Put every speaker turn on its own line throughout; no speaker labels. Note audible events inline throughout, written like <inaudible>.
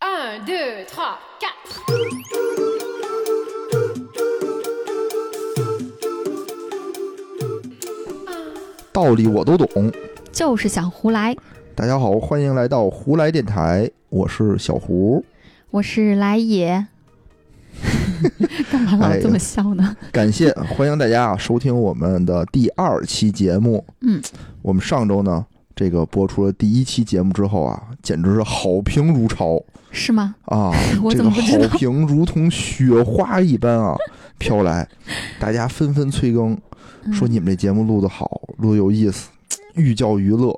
1, 2, 3, 4.
“道理我都懂”。
就是想胡来。
大家好，欢迎来到胡来电台，我是小
<laughs>
胡，
我是来也， <laughs> 干嘛老这
哎
么笑呢？
感谢欢迎大家啊收听我们的第二期节目。
嗯，
我们上周呢，这个播出了第一期节目之后啊，简直是好评如潮
是吗？，
啊
<laughs> 我
这
怎
个
么不知道
好评如同雪花一般啊飘来，大家纷纷催更，
嗯
说你们这节目录得好，录得有意思，寓教于乐。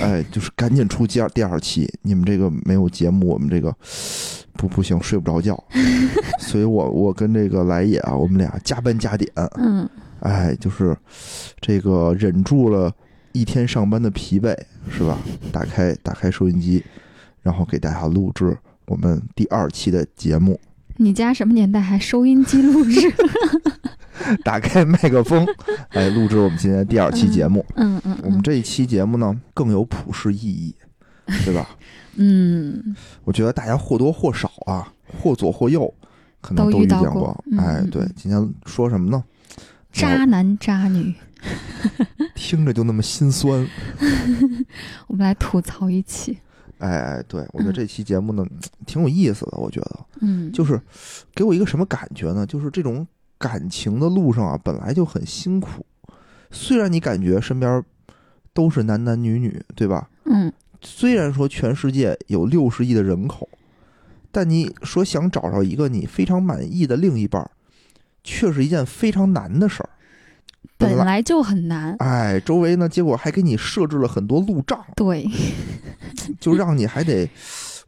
哎，就是赶紧出第二第二期，你们这个没有节目，我们这个不不行，睡不着觉。 <laughs> 所以我我跟这个来也啊，我们俩加班加点，
嗯，
哎，就是这个忍住了一天上班的疲惫，是吧？打开打开收音机，然后给大家录制我们第二期的节目。
你家什么年代还收音机
<laughs>
录制？
打开麦克风，哎，录制我们今天第二期节目。
嗯嗯
我们
嗯
这一期节目呢更有普世意
<laughs>
义，对吧？
嗯，
我觉得大家或多或少啊，或左或右，可能
都
都
遇
见
到
过。
过嗯
哎
嗯，
对
嗯，
今天说什么呢？
渣男渣女，
听着就那么心酸。
我们来吐槽一期。
哎哎，对，我觉得
嗯
这期节目呢挺有意思的，我觉得
嗯，
就是给我一个什么感觉呢？就是这种感情的路上啊，本来就很辛苦，虽然你感觉身边都是男男女女，对吧？
嗯，
虽然说全世界有六十亿的人口，但你说想找着一个你非常满意的另一半儿，却是一件非常难的事儿。
本来就很难。
哎，周围呢，结果还给你设置了很多路障，
对，
就让你还得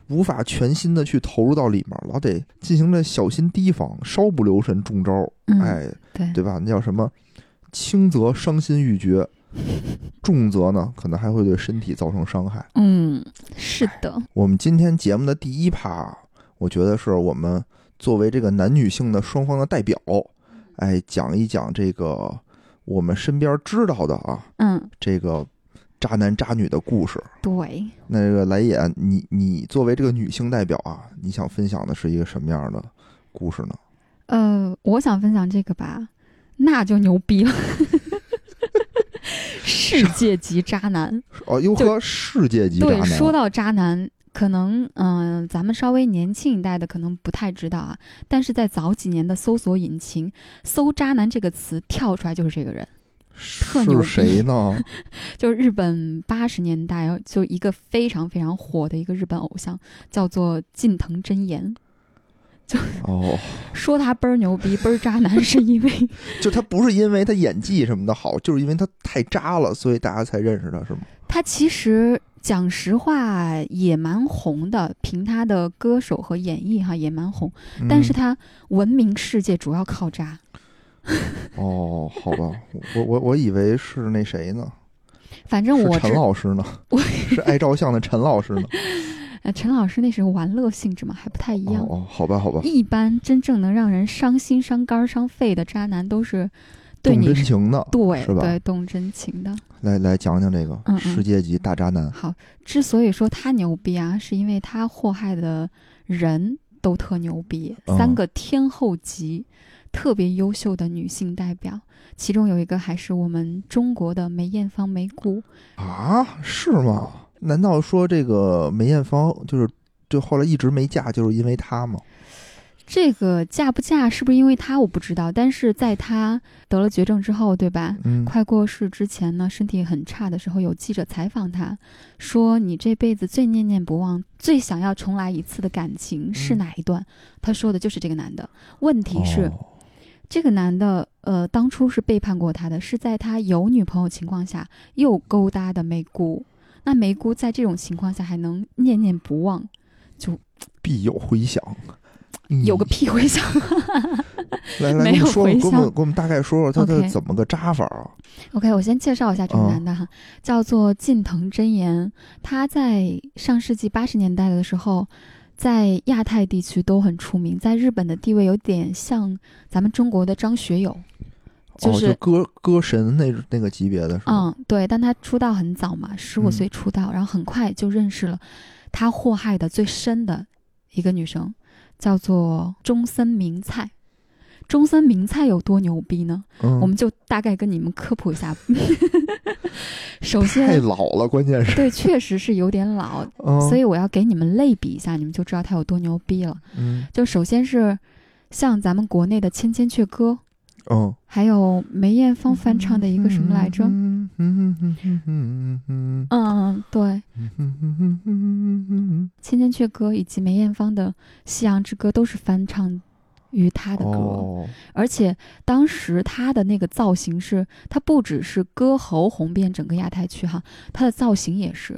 无法全心的去投入到里面儿，老得进行着小心提防，稍不留神中招儿。
嗯，
哎，
对，
对吧？那叫什么？轻则伤心欲绝，重则呢，可能还会对身体造成伤害。
嗯，是的，
我们今天节目的第一趴，我觉得是我们作为这个男女性的双方的代表，
嗯
哎，讲一讲这个我们身边知道的啊，
嗯，
这个渣男渣女的故事。
对，
那个来也，你你作为这个女性代表啊，你想分享的是一个什么样的故事呢？
呃，我想分享这个吧，那就牛逼了， <laughs> 世界级渣男。
哦，哟呵，世界级渣
对，
男，
说到渣男，可能嗯、咱们稍微年轻一代的可能不太知道啊，但是在早几年的搜索引擎搜“渣男”这个词，跳出来就是这个人，特牛
是
逼
谁呢？
就是日本八十年代就一个非常非常火的一个日本偶像，叫做近藤真彦。
哦，
说他倍儿牛逼，倍儿渣男，是因为
就他不是因为他演技什么的好，就是因为他太渣了，所以大家才认识他，是吗？
他其实讲实话也蛮红的，凭他的歌手和演绎哈也蛮红，但是
嗯
他闻名世界主要靠渣。
哦，好吧，我我我以为是那谁呢？
反正
是
我
陈
知
老师呢？ <laughs> 是爱照相的陈老
<laughs>
师呢？
呃，陈老师那是玩乐性质嘛，还不太一样。
哦哦，好吧，好吧，
一般真正能让人伤心、伤肝、伤肺的渣男，都是对
动
你
真情的，
对
是吧
对动真情的。
来来讲讲这个
嗯嗯
世界级大渣男。
好，之所以说他牛逼啊，是因为他祸害的人都特牛逼，
嗯
三个天后级、特别优秀的女性代表，其中有一个还是我们中国的梅艳芳梅姑。
啊，是吗？难道说这个梅艳芳就是就后来一直没嫁，就是因为他吗？
这个嫁不嫁是不是因为她我不知道，但是在她得了绝症之后，对吧？
嗯，
快过世之前呢，身体很差的时候，有记者采访他，说：“你这辈子最念念不忘、最想要重来一次的感情是
嗯
哪一段？”他说的就是这个男的。问题是，
哦
这个男的，呃，当初是背叛过他的，是在他有女朋友情况下又勾搭的梅姑。那梅姑在这种情况下还能念念不忘，
必有回响。
有个
嗯
屁回响！
来来，
没
给我
有
们说，
回
给我们
响
给我们大概说说他他
OK
怎么个渣法啊？
OK，我先介绍一下这个
嗯
男的哈，叫做近藤真彦。他在上世纪八十年代的时候，在亚太地区都很出名，在日本的地位有点像咱们中国的张学友，就
哦，
是、
就歌歌神那那个级别的是吗？
嗯，对。但他出道很早嘛，十五
嗯
岁出道，然后很快就认识了他祸害的最深的一个女生，叫做中森明菜。中森明菜有多牛逼呢？
嗯，
我们就大概跟你们科普一下。 <laughs> 首
太
先，
老了，关键是，
<laughs> 对，确实是有点老，
嗯，
所以我要给你们类比一下，你们就知道他有多牛逼了。
嗯
就首先是像咱们国内的《千千阙歌》，
嗯，
还有梅艳芳翻唱的一个什么来着？嗯
嗯嗯嗯嗯嗯嗯
嗯，对，《
嗯嗯嗯
千千阙歌》以及梅艳芳的《夕阳之歌》都是翻唱于他的歌，
哦，
而且当时他的那个造型是，他不只是歌喉红遍整个亚太区哈，他的造型也是。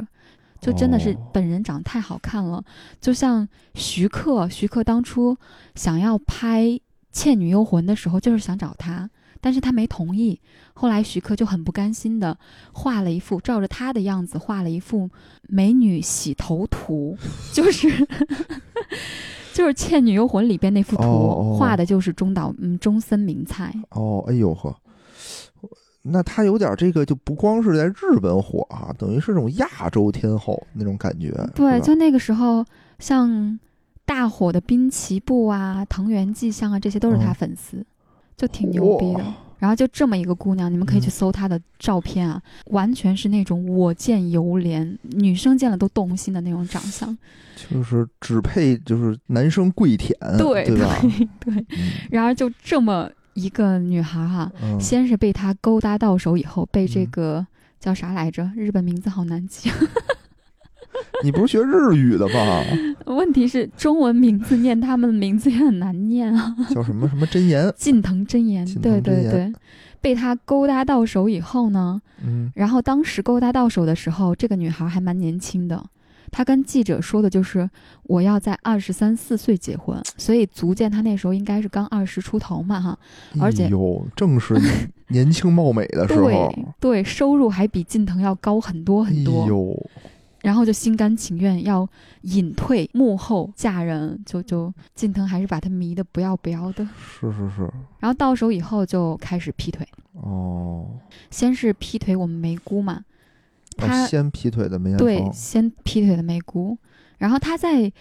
就真的是
哦
本人长得太好看了就像徐克，徐克当初想要拍《倩女幽魂》的时候，就是想找他，但是他没同意。后来徐克就很不甘心的画了一幅照着他的样子画了一幅美女洗头图，就是 <laughs> 就是《倩女幽魂》里边那幅图，
哦哦
画的就是中岛嗯中森明菜。
哦，哎呦呵，那他有点这个，就不光是在日本火啊，等于是这种亚洲天后那种感觉，
对，
是吧
就那个时候，像大火的滨崎步啊、藤原纪香啊，这些都是他
嗯
粉丝，就挺牛逼的
哇。
然后就这么一个姑娘，你们可以去
嗯
搜她的照片啊，完全是那种我见犹怜，女生见了都动心的那种长
<laughs>
相。
就是只配就是男生跪舔，
对
对吧？
对，
嗯
然而就这么一个女孩哈、
嗯，
先是被他勾搭到手，以后被这
嗯
个叫啥来着？日本名字好难记。 <laughs>
你不是学日语的吧？
问题是中文名字念他们的名字也很难念
<laughs>
啊。
叫什么什么真言？
近藤真言，
近
对
藤真
对
言
对，被他勾搭到手以后呢，
嗯，
然后当时勾搭到手的时候，这个女孩还蛮年轻的。她跟记者说的就是我要在二十三四岁结婚，所以足见她那时候应该是刚二十出头嘛哈。而且
哎呦，正是年 <laughs> 轻貌美的时候
对，对，收入还比近藤要高很多
哎
很多，
呦，
然后就心甘情愿要隐退幕后嫁人，就就近藤还是把她迷得不要不要的。
是是是，
然后到手以后就开始劈腿，
哦，
先是劈腿我们梅姑嘛，
哦
他
先劈腿的梅艳
对
芳，
先劈腿的梅姑，然后他在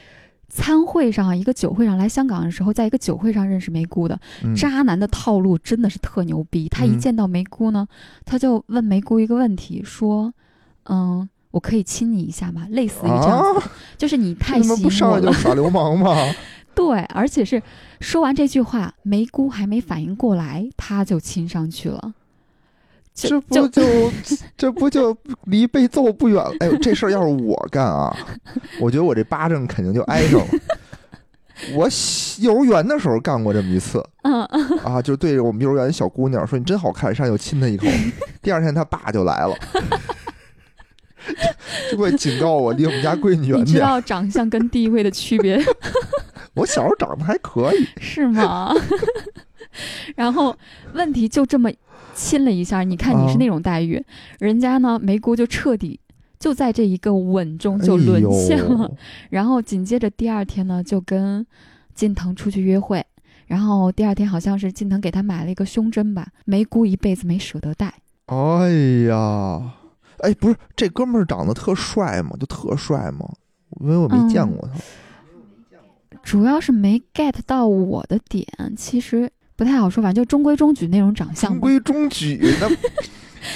餐会上啊一个酒会上来香港的时候，在一个酒会上认识梅姑的。
嗯
渣男的套路真的是特牛逼，他一
嗯
见到梅姑呢，他就问梅姑一个问题，说：“嗯，我可以亲你一下吗？”类似于这样
啊
子，，就是你太
你们
吸
不
引
上
我
来就
了。 <laughs>
耍流氓吗？
对，而且是说完这句话，梅姑还没反应过来，他就亲上去了。就
这不
就
就这不就离被揍不远了？哎呦，这事儿要是我干啊，我觉得我这巴掌肯定就挨上了。我小幼儿园的时候干过这么一次
嗯， <laughs>
啊，就对着我们幼儿园小姑娘说：“你真好看。”上去就亲她一口，第二天她爸就来了， <laughs> 就就会警告我离我们家闺女远
你知
点儿。
道长相跟地位的区别
我小时候长得还可以，
是吗？然后问题就这么亲了一下，你看你是
啊
那种待遇，人家呢梅姑就彻底就在这一个吻中 <laughs> 就
哎
沦陷了。然后紧接着第二天呢，就跟近藤出去约会，然后第二天好像是近藤给她买了一个胸针吧，梅姑一辈子没舍得戴。
哎呦。哎呀，哎，不是，这哥们儿长得特帅吗？就特帅吗？因为我没见
嗯
过他。
主要是没 get 到我的点，其实不太好说，反正就中规中矩那种长相
中
吧。
规中矩，
<laughs>
那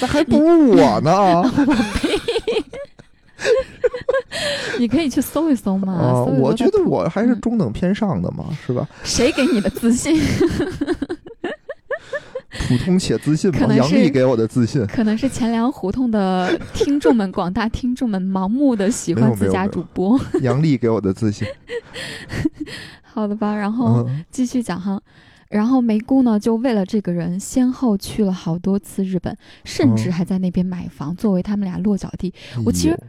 那还不如我呢
啊你可以去搜一搜嘛，
啊！
搜一
<laughs>
搜
我
她
觉得我还是
嗯
中等偏上的嘛，是吧？
谁给你的自信？
普通且自信
可
嘛，
能
杨
是
笠给我的自信。
可能是钱粮胡同的听众们，广大听众们盲目的喜欢自家主播，
杨笠给我的自
<laughs>
信。
好的吧？然后
嗯，
继续讲哈，然后梅姑呢，就为了这个人，先后去了好多次日本，甚至
嗯
还在那边买房，作为他们俩落脚地。我其
哎
实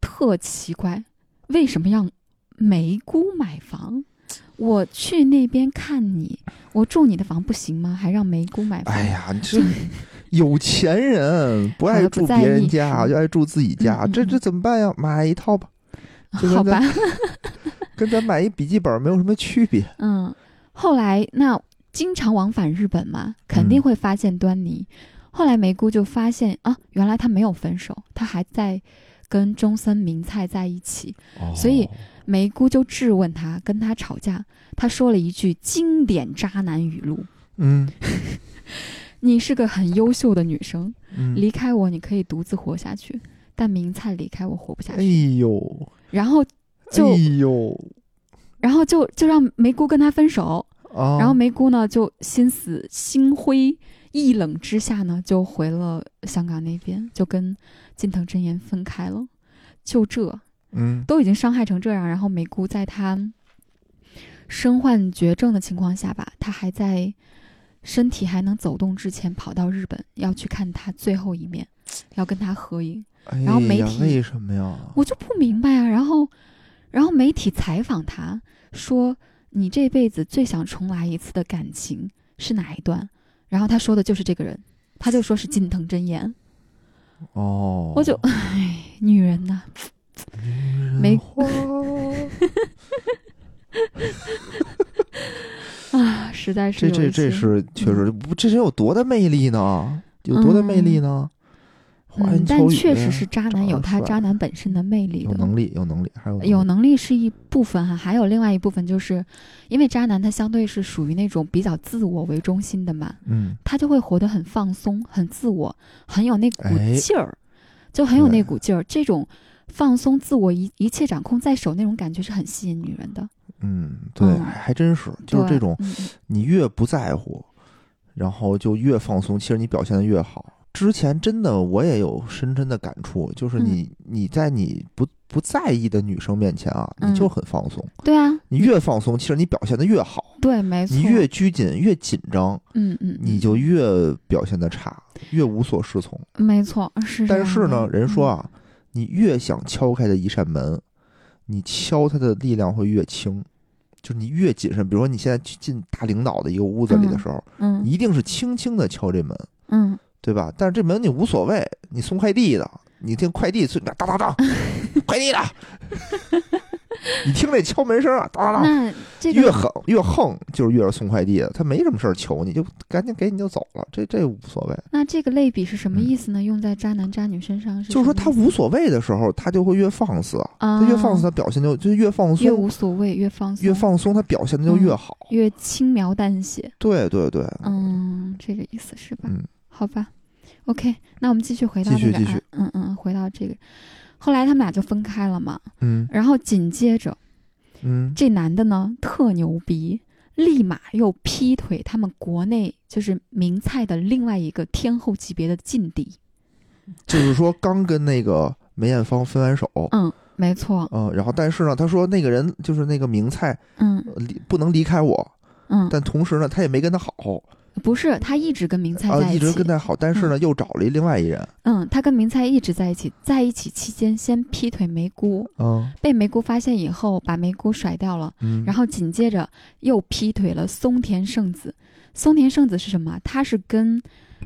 特奇怪，为什么让梅姑买房？我去那边看你，我住你的房不行吗？还让梅姑买房？
哎呀，你
<laughs>
这有钱人不
好
爱
了不
住
在
别人
意是
家，
吗
就爱住自己家，
嗯嗯
这
嗯
这怎么办呀？买一套吧，就
好
跟
吧
咱，跟咱买一笔记本没有什么区别。
嗯，后来那经常往返日本嘛，肯定会发现端倪。后来梅姑就发现啊，原来她没有分手，她还在跟中森明菜在一起。所以梅姑就质问他，跟他吵架。他说了一句经典渣男语录
嗯：“
你是个很优秀的女生，
嗯，
离开我你可以独自活下去，但明菜离开我活不下
哎
去。
呦，
然后，
哎
就
呦
然后就就让梅姑跟他分手。
啊，
然后梅姑呢就心死心灰意冷之下呢，就回了香港那边，就跟近藤真言分开了。就这
嗯
都已经伤害成这样，然后梅姑在她身患绝症的情况下吧，她还在身体还能走动之前跑到日本要去看他最后一面，要跟他合影。
哎
然后媒
呀
体
为什么呀？
我就不明白啊。然后，然后媒体采访他说：“你这辈子最想重来一次的感情是哪一段？”然后他说的就是这个人，他就说是近藤真言。
哦，
我就 <laughs> 女人呐，没
梅花
啊， <laughs> 实在是
这
有
这
一些嗯
这是确实不，这人有多大魅力呢？有多大魅力呢？花
嗯
言，
但
巧语，
确实是渣
长
男
得
有他
帅
渣男本身的魅力
有
的。
能力，有能力，还有
有
能力
能力是一部分哈，还有另外一部分就是，因为渣男他相对是属于那种比较自我为中心的嘛，
嗯，
他就会活得很放松、很自我，很有那股
哎
劲儿，就很有
对
那股劲儿。这种放松、自我一一切掌控在手那种感觉是很吸引女人的。
嗯，对，
嗯
还真是，就是
对
这种，
嗯嗯
你越不在乎，然后就越放松，其实你表现的越好。之前真的我也有深深的感触，就是
嗯
你、你在你不不在意的女生面前啊，
嗯
你就很放松，
对啊，
你越放松，其实你表现的越好，
对，没错。
你越拘谨越紧张，
嗯嗯，
你就越表现的差，越无所适从。
嗯没错是这样的。
但是呢，人说
嗯
啊，你越想敲开的一扇门，你敲它的力量会越轻，就是你越谨慎。比如说你现在去进大领导的一个屋子里的时候，你
嗯
一定是轻轻的敲这门，
嗯，
对吧？但是这门你无所谓，你送快递的，你听快递催当当当，
<laughs>
快递的， <laughs> 你听这敲门声啊，当当当。
那这
越
个
狠越横，就是越是送快递的，他没什么事儿求你，就赶紧给你就走了，这这无所谓。
那这个类比是什么
嗯
意思呢？用在渣男渣女身上是
就是说
什
他
么意思
无所谓的时候，他就会越放肆，
啊
他越放肆，他表现就就越放
越
松，
无所谓越放松嗯
越放松，他表现的就越好。
越轻描淡写。
对对对，
嗯，这个意思是吧？
嗯
好吧，OK，那我们继续回到
继续
这个
继
案，
续
嗯嗯，回到这个，后来他们俩就分开了嘛。
嗯
然后紧接着
嗯，
这男的呢特牛逼，立马又劈腿他们国内就是名菜的另外一个天后级别的劲敌。
就是说刚跟那个梅艳芳分完手，
嗯，没错，
嗯，然后但是呢，他说那个人就是那个名菜
嗯
呃离不能离开我，
嗯，
但同时呢，他也没跟他好
不是他一直跟名菜
啊，
在
一
一
直
起
跟，他好，但是呢，又找了一另外一人，
嗯，他跟名菜一直在一起，在一起期间先劈腿梅姑，
嗯
被梅姑发现以后把梅姑甩掉了。
嗯，
然后紧接着又劈腿了松田圣子。松田圣子是什么？他是跟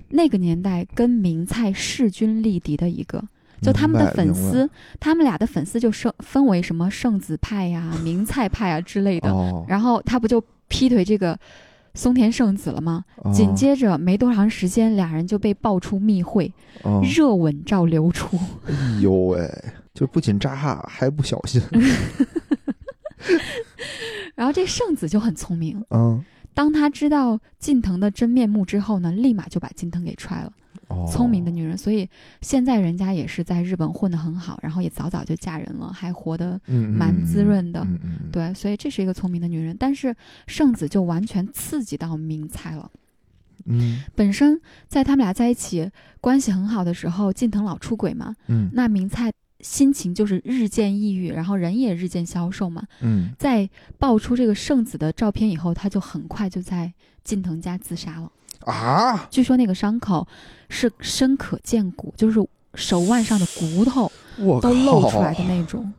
那个年代跟明菜势均力敌的一个，就他们的粉丝，他们俩的粉丝就生分为什么圣子派呀、 <laughs> 明菜派啊之
明
类的。
白哦，
然后他不就劈腿这个松田圣子了吗？
哦
紧接着没多长时间，俩人就被爆出密会，
哦
热吻照流出。 <laughs>
哎呦喂，就不仅扎哈，还不小心，
然后这圣子就很聪明，
嗯，
当他知道近藤的真面目之后呢，立马就把近藤给踹了。
哦
聪明的女人，所以现在人家也是在日本混得很好，然后也早早就嫁人了，还活得
嗯，嗯
蛮滋润的
嗯嗯嗯，
对，所以这是一个聪明的女人。但是圣子就完全刺激到明菜了。
嗯
本身在他们俩在一起关系很好的时候，近藤老出轨嘛，
嗯
那明菜心情就是日渐抑郁，然后人也日渐消瘦嘛。
嗯，
在爆出这个圣子的照片以后，他就很快就在近藤家自杀了。
啊，
据说那个伤口是深可见骨，就是手腕上的骨头
我
都露出来
靠
的
<laughs>
那种，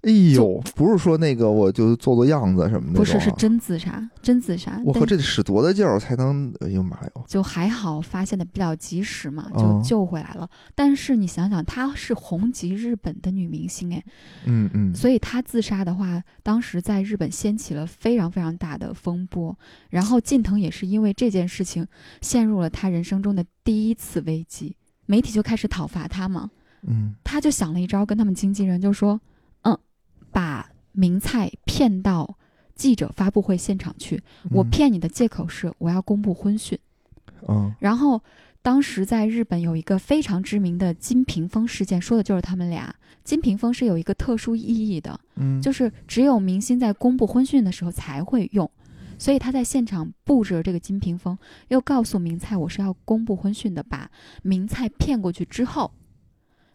哎呦，不是说那个我就做做样子什么的，
不是是。真自杀，真自杀。
啊我靠，
但
这得使多大劲儿才能？哎呦妈哟！
就还好发现的比较及时嘛，就
哦
救回来了。但是你想想，她是红极日本的女明星哎，
嗯嗯，
所以她自杀的话，当时在日本掀起了非常非常大的风波。然后近藤也是因为这件事情陷入了他人生中的第一次危机，媒体就开始讨伐他嘛。
嗯
他就想了一招，跟他们经纪人就说：“嗯，把名菜骗到记者发布会现场去。我
嗯
骗你的借口是我要公布婚讯。
啊
然后当时在日本有一个非常知名的金屏风事件，说的就是他们俩。金屏风是有一个特殊意义的，
嗯，
就是只有明星在公布婚讯的时候才会用，所以他在现场布置了这个金屏风，又告诉明菜我是要公布婚讯的，把明菜骗过去之后，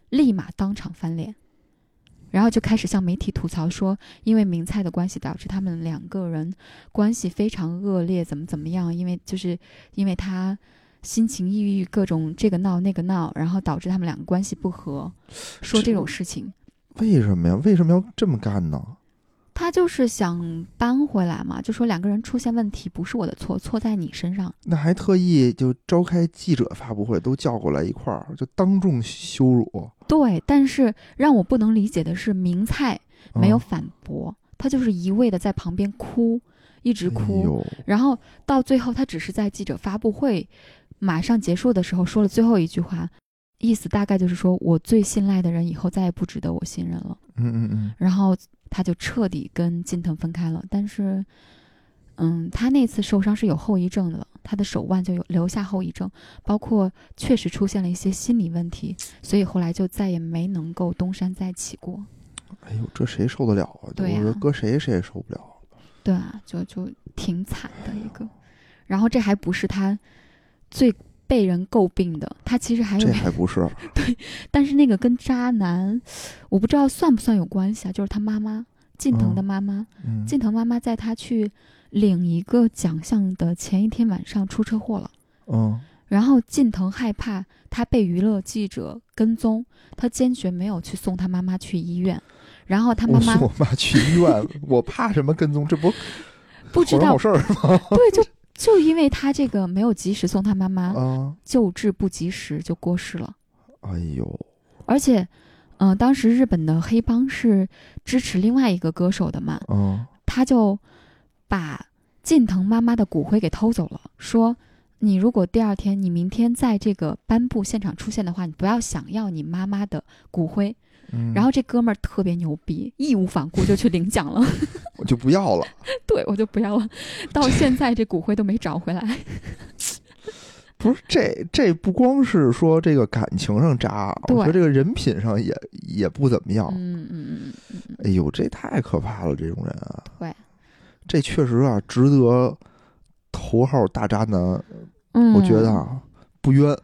立马当场翻脸，然后就开始向媒体吐槽说，因为明菜的关系导致他们两个人关系非常恶劣，怎么怎么样，因为就是因为他。心情抑郁，各种这个闹那个闹，然后导致他们两个关系不和，说这种事情。
为什么呀？为什么要这么干呢？
他就是想搬回来嘛，就说两个人出现问题不是我的错，错在你身上。
那还特意就召开记者发布会，都叫过来一块儿，就当众羞辱，
对，但是让我不能理解的是，明菜
啊
没有反驳，他就是一味的在旁边哭，一直
哎
哭，
呦
然后到最后，他只是在记者发布会马上结束的时候说了最后一句话，意思大概就是说我最信赖的人以后再也不值得我信任了。
嗯嗯嗯，
然后他就彻底跟近藤分开了。但是，嗯，他那次受伤是有后遗症的，他的手腕就有留下后遗症，包括确实出现了一些心理问题，所以后来就再也没能够东山再起过。
哎呦，这谁受得了啊？
对呀
我说搁谁谁也受不了。
对啊，就就挺惨的一个。然后这还不是他最被人诟病的，他其实还有
这，还不
<laughs>
是？
但是那个跟渣男，我不知道算不算有关系啊？就是他妈妈，近藤的妈妈。
嗯，
近藤妈妈在她去领一个奖项的前一天晚上出车祸了，
嗯
然后近藤害怕她被娱乐记者跟踪，她坚决没有去送她妈妈去医院。然后她妈
我送
妈
我妈去医院，
<laughs>
我怕什么跟踪？这不
不知
好人 <laughs>
道
好，事儿吗？
对，就就因为她这个没有及时送她妈妈，
啊，
救治不及时就过世了。
哎呦，
而且，嗯、当时日本的黑帮是支持另外一个歌手的嘛，
嗯
他就把近藤妈妈的骨灰给偷走了，说你如果第二天，你明天在这个颁布现场出现的话，你不要想要你妈妈的骨灰。
嗯，
然后这哥们儿特别牛逼，义无反顾就去领奖
<laughs>
了。
我嗯就不要了。
对我就不要了，到现在这骨灰都没找回来。
不是这这不光是说这个感情上渣，我觉
对
得这个人品上也也不怎么样。
嗯嗯嗯嗯，
哎呦，这太可怕了，这种人啊！
对，
这确实啊，值得头号大渣男。
嗯
我觉得。啊，不冤，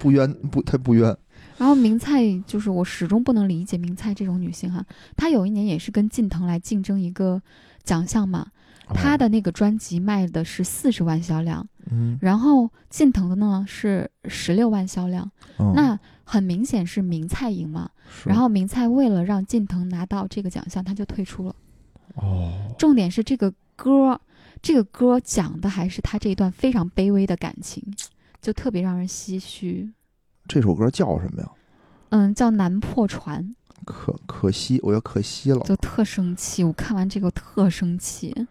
不冤，不他不冤。
然后明菜就是我始终不能理解明菜这种女性哈，她有一年也是跟近藤来竞争一个奖项嘛，
哦
她的那个专辑卖的是四十万销量，
嗯，
然后近藤的呢是十六万销量，
嗯
那很明显是明菜赢嘛。
是
然后明菜为了让近藤拿到这个奖项，他就退出了。
哦，
重点是这个歌，这个歌讲的还是他这一段非常卑微的感情，就特别让人唏嘘。
这首歌叫什么呀？
嗯，叫《南破船
可可惜，我要可惜了》，。
就特生气。我看完这个特生气， <laughs>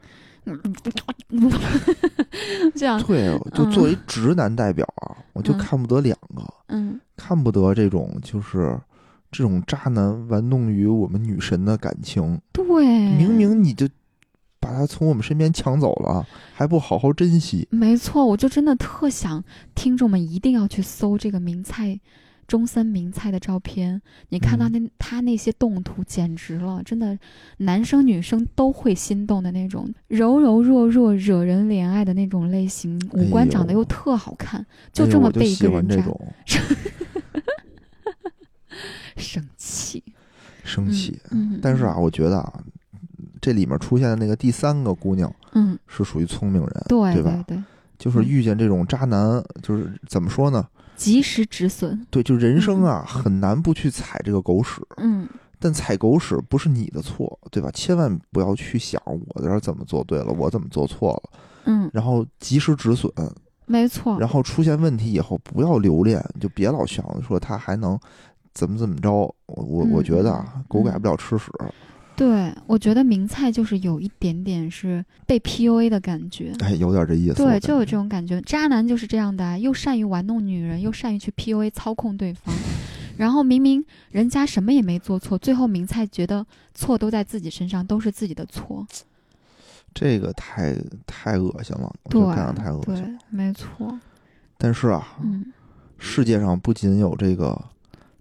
<laughs>
这样，
对，就作为直男代表啊，我就
嗯
看不得两个，
嗯，
看不得这种就是这种渣男玩弄于我们女神的感情。
对，
明明你就把他从我们身边抢走了，还不好好珍惜。
没错，我就真的特想听众们一定要去搜这个名菜，中森明菜的照片。你看
嗯
到那、他那些动图，简直了，真的，男生女生都会心动的那种，柔柔弱弱、惹人怜爱的那种类型，五官长
哎
得
呦
又特好看，
哎
就
呦
这么
我就
被一
喜
个
欢
人
这
渣，
种
生气，
生气。
嗯。嗯，
但是啊，我觉得啊，这里面出现的那个第三个姑娘
嗯，
是属于聪明人，
对
吧？
对，
就是
嗯
遇见这种渣男，就是怎么说呢？
及时止损，
对，就人生啊，很难不去踩这个狗屎，
嗯，
但踩狗屎不是你的错，对吧？千万不要去想我这儿怎么做对了，我怎么做错了，
嗯，
然后及时止损，
没错，
然后出现问题以后不要留恋，就别老想说他还能怎么怎么着。我我我
嗯
觉得啊，狗改不了吃屎。 <laughs>
对，我觉得名菜就是有一点点是被 PUA 的感觉，
哎，有点这意思。我
对，
感
就有
觉 <laughs>
这种感觉。渣男就是这样的啊，又善于玩弄女人，又善于去 PUA 操控对方，然后明明人家什么也没做错，最后明菜觉得错都在自己身上，都是自己的错。
这个太太恶心了，我觉
对
得干的太恶心了。
对，没
啊
错。
但是啊，
嗯，
世界上不仅有这个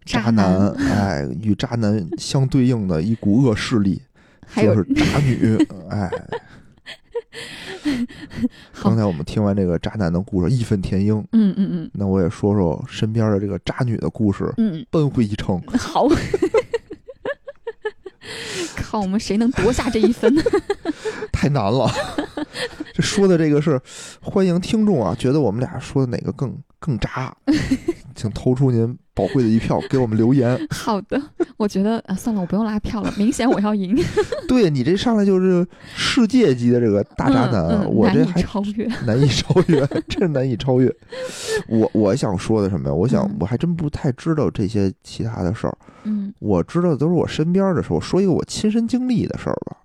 渣
男
男，
<laughs>
哎，与渣男相对应的一股恶势力，
还有
就是渣女，哎。
好
刚才我们听完这个渣男的故事，义愤填膺。
嗯嗯
那我也说说身边的这个渣女的故事，
嗯
奔回一城。
嗯，好。 <laughs> 靠，我们谁能夺下这一分呢？ <laughs>
太难了。这说的这个是欢迎听众啊，觉得我们俩说的哪个更更
<laughs>
渣，请投出您宝贵的一票，给我们留
<laughs>
言。
好的，我觉得啊，算了，我不用拉票了，明显我要赢。
对你这上来就是世界级的这个大渣男，啊
嗯嗯
我这
难以
还
超越。
难以超越，真是难以超越。我我想说的什么呀？我想
嗯
我还真不太知道这些其他的事儿，
嗯，
我知道的都是我身边的事儿。我说一个我亲身经历的事儿吧。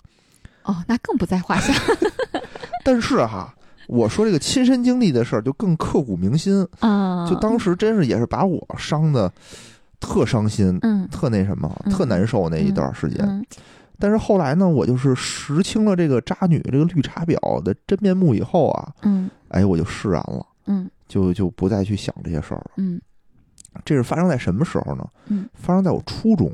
哦，那更不在话下。
但是哈，我说这个亲身经历的事儿就更刻骨铭心。
啊，
就当时真是也是把我伤的特伤心，
嗯
特那什么，
嗯
特难受那一段时间。
嗯
但是后来呢，我就是识清了这个渣女这个绿茶婊的真面目以后啊，
嗯
哎，我就释然了，
嗯
就就不再去想这些事儿了。
嗯
这是发生在什么时候呢？
嗯
发生在我初中，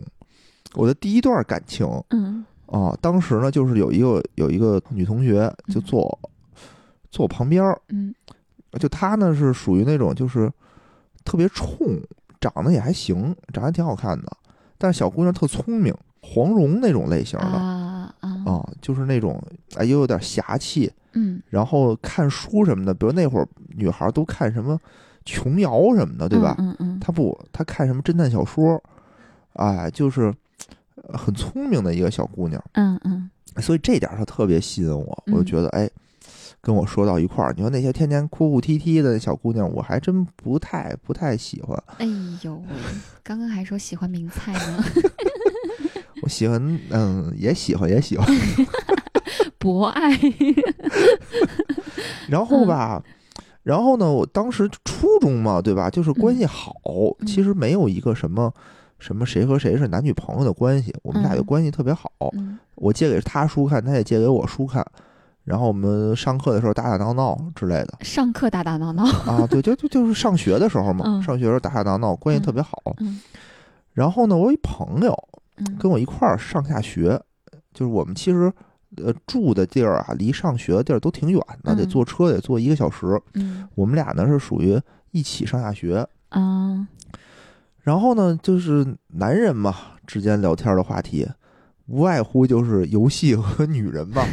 我的第一段感情
嗯
啊，当时呢就是有一个有一个女同学就坐我坐我旁边儿，
嗯
就她呢是属于那种就是特别冲，长得也还行，长得还挺好看的，但是小姑娘特聪明，黄蓉那种类型的啊、
啊啊
就是那种哎又有点侠气，
嗯
然后看书什么的，比如那会儿女孩都看什么琼瑶什么的，对吧？
嗯嗯
她不，她看什么侦探小说，哎，就是呃很聪明的一个小姑娘，
嗯嗯
所以这点儿她特别吸引我，我就
嗯
觉得哎。跟我说到一块儿，你说那些天天哭哭啼啼的小姑娘，我还真不太不太喜欢。
<laughs> 哎呦喂，刚刚还说喜欢名菜呢，
我喜欢，嗯，也喜欢，也喜欢。
<laughs> <laughs> 博爱。
哦然
嗯
后吧，然后呢，我当时初中嘛，对吧？就是关系好，
嗯
其实没有一个什么什么谁和谁是男女朋友的关系，我们俩就
嗯
关系特别好。
嗯
我借给他书看，他也借给我书看。然后我们上课的时候打打闹闹之类的
上课打打闹闹， <laughs>
啊，对，就就就是上学的时候嘛，
嗯
上学的时候打打闹闹，关系特别好。
嗯
然后呢，我有一朋友
嗯
跟我一块儿上下学，就是我们其实呃住的地儿啊，离上学的地儿都挺远的，得
嗯
坐车得坐一个小时。
嗯
我们俩呢是属于一起上下学， <laughs>
啊
然后呢就是男人嘛之间聊天的话题，无外乎就是游戏和女人
<laughs>
嘛。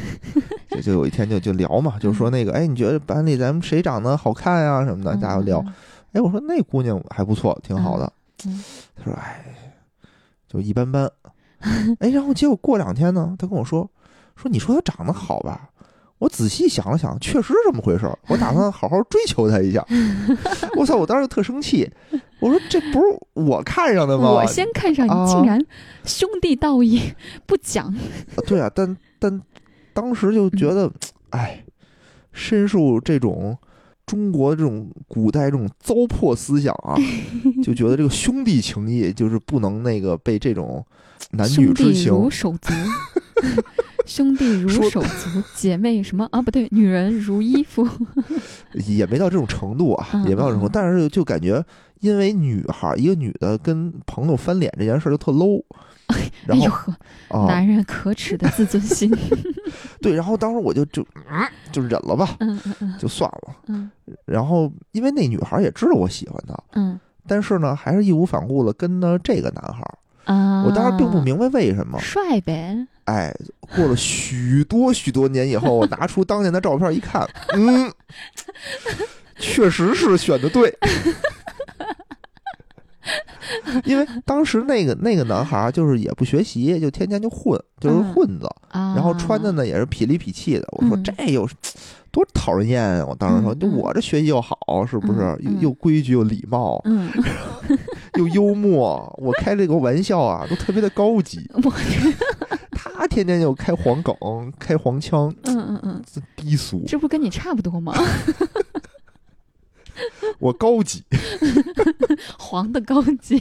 就就有一天就就聊嘛，就说那个，哎，你觉得班里咱们谁长得好看呀、什么的，
嗯
大家聊。哎，我说那姑娘还不错，挺好的。
嗯嗯
他说，哎，就一般般。哎，然后结果过两天呢，他跟我说，说你说她长得好吧？我仔细想了想，确实是这么回事儿。我打算好好追求她一下。 <laughs> 我操！我当时特生气，我说这不是我看上的吗？
我先看上
啊
你，竟然兄弟道义不讲，
对啊，但但当时就觉
嗯
得，哎，深受这种中国这种古代这种糟粕思想
<laughs>
啊，就觉得这个兄弟情谊就是不能那个被这种男女
兄
之
弟
情
如手
<laughs>
足，兄弟如
说
手足，姐妹什么啊？不对，女人如衣服。
也没到这种程度啊，也没到这种程度，
嗯嗯嗯
但是就感觉因为女孩儿一个女的跟朋友翻脸这件事儿就特 low，
哎
然后
呦呵，
啊，
男人可耻的自
<laughs>
尊心。
对，然后当时我就就就忍了吧，
嗯嗯嗯
就算了。
嗯
然后因为那女孩儿也知道我喜欢她，
嗯
但是呢，还是义无反顾了跟了这个男孩儿。
啊！
我当时并不明白为什么。
帅呗，
哎，过了许多许多年以后，我拿出当年的照片一
<laughs>
看，嗯，确实是选的
<laughs>
对。因为当时那个那个男孩儿就是也不学习，就天天就混，就是
嗯
混子，
啊，
然后穿的呢也是痞里痞气的。我说
嗯
这有多讨人厌啊！我当时说，
嗯
就我这学习又好，是不是
嗯？
又
嗯
又规矩又礼貌，
嗯，
又幽默，我开这个玩笑啊，都特别的高级。
我
他天天就开黄梗、开黄腔，
嗯嗯嗯，
这低俗，
这不跟你差不多吗？ <laughs>
我高级。
<laughs> 黄的高级，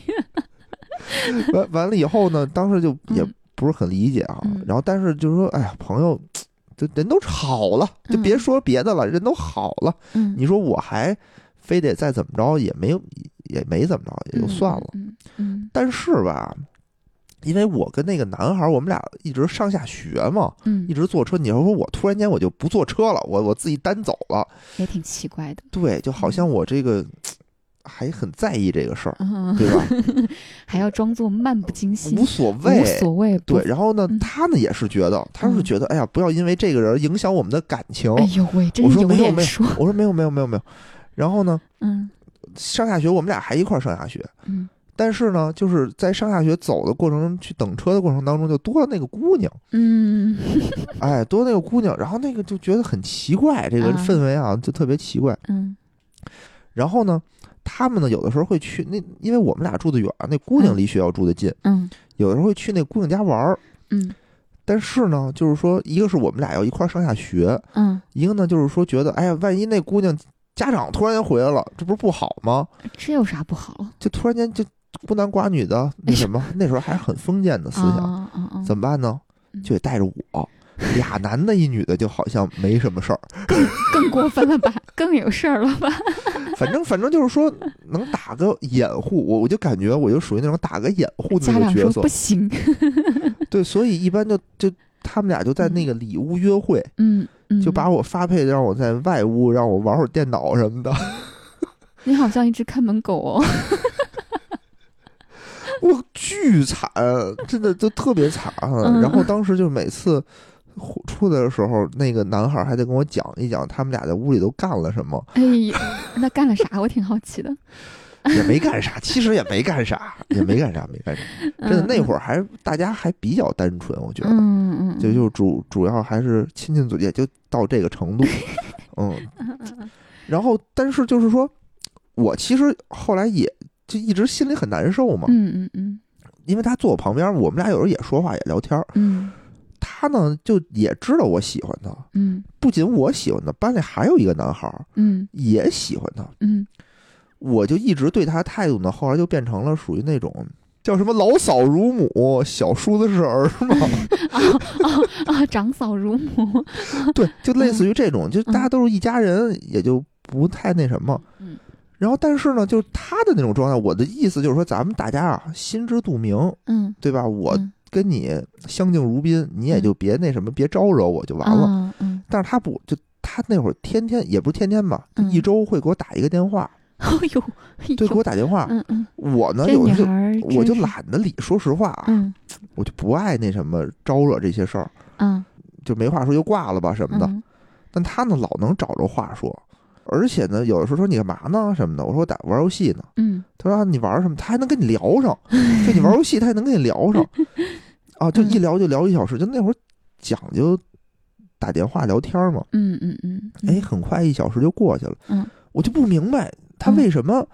完完了以后呢，当时就也
嗯
不是很理解啊。
嗯
然后但是就是说，哎呀，朋友，就人都好了，就别
嗯
说别的了，人都好了。
嗯，
你说我还非得再怎么着，也没有也没怎么着，也就算了。
嗯，嗯
但是吧，因为我跟那个男孩儿，我们俩一直上下学嘛，
嗯
一
嗯，
直坐车。你要说我突然间我就不坐车了，我我自己单走了，
也挺奇怪的，
对，就好像我这个还很在意这个事儿，
嗯， <laughs>
对吧？
还要装作漫不经心，
无所谓，
无所谓，不
对，，然后呢
嗯，
他呢也是觉得，他是觉得，哎呀，不要因为这个人影响我们的感情。
哎呦喂，真
我
是
说
有
没有
脸
没有
说，
我说没有没有没有没有。然后呢，
嗯
上下学我们俩还一块儿上下学，
嗯
但是呢，就是在上下学走的过程，去等车的过程当中，就多了那个姑娘，
嗯
哎，多了那个姑娘，然后那个就觉得很奇怪，这个
啊
氛围啊，就特别奇怪。
嗯，
然后呢，他们呢有的时候会去那，因为我们俩住的远，啊那姑娘离学校住的近，
嗯
有的时候会去那姑娘家玩儿。
嗯
但是呢，就是说，一个是我们俩要一块儿上下学，
嗯，
一个呢就是说觉得，哎呀，万一那姑娘家长突然间回来了，这不是不好吗？
这有啥不好？
就突然间就孤男寡女的那什
<laughs>
么，那时候还是很封建的思想，
啊啊啊！
怎么办呢？
嗯
就得带着我，俩男的，一女的，就好像没什么事儿。 <laughs>
更过分了吧？更有事儿了吧？
反正反正就是说，能打个掩护，我我就感觉我就属于那种打个掩护的
家
那
长
种角
说
色
不。行，
对，所以一般就就他们俩就在那个里屋约会，
<laughs> 嗯嗯，
就把我发配让我在外屋让我玩会儿电脑什
<laughs>
么的。
你好像一只看门狗哦， <laughs>
我巨惨，真的就特别惨。啊
嗯
然后当时就每次出来的时候，那个男孩还得跟我讲一讲他们俩在屋里都干了什么，
哎，那干了啥？我挺好奇的。
也没干啥，其实也没干啥，也没干啥，没干啥。真的那
儿，
会儿还大家还比较单纯，我觉得。
嗯嗯，
就就主主要还是亲亲嘴，也就到这个程
<laughs>
度，嗯。然后，但是就是说，我其实后来也就一直心里很难受嘛，
嗯嗯嗯
因为他坐我旁边，我们俩有时候也说话也聊天儿，
嗯
他呢就也知道我喜欢他，
嗯
不仅我喜欢他，班里还有一个男孩儿
嗯
也喜欢他。
嗯，
我就一直对他态度呢，后来就变成了属于那种叫什么老嫂如母，小叔子是儿嘛，
啊，长嫂如母，
对，就类
嗯
似于这种，就大家都是一家人，也就不太那什么。
嗯
然后，但是呢，就是他的那种状态，我的意思就是说，咱们大家啊，心知肚明，
嗯，
对吧？我跟你相敬如宾，你也就别那什么，别招惹我就完了。
了，嗯，
但是他不就他那会儿天天也不是天天吧，就
嗯
一周会给我打一个电话，
<laughs> 哎呦，
对，给我打电话。
嗯嗯，
我呢
这
有
女
的就
孩儿，
我就，懒得理，说实话啊，
嗯
我就不爱那什么招惹这些事儿，
嗯
就没话说就挂了吧什么的。
嗯
但他呢老能找着话说，而且呢有的时候说你干嘛呢什么的，我说我打玩游戏呢。
嗯
他说、啊、你玩什么，他还能跟你聊上，
<laughs>
就你玩游戏他还能跟你聊上，啊，
嗯
就一聊就聊一小时，就那会儿讲究打电话聊天嘛。
嗯嗯嗯，
哎，，很快一小时就过去了。
嗯，
我就不明白他为什么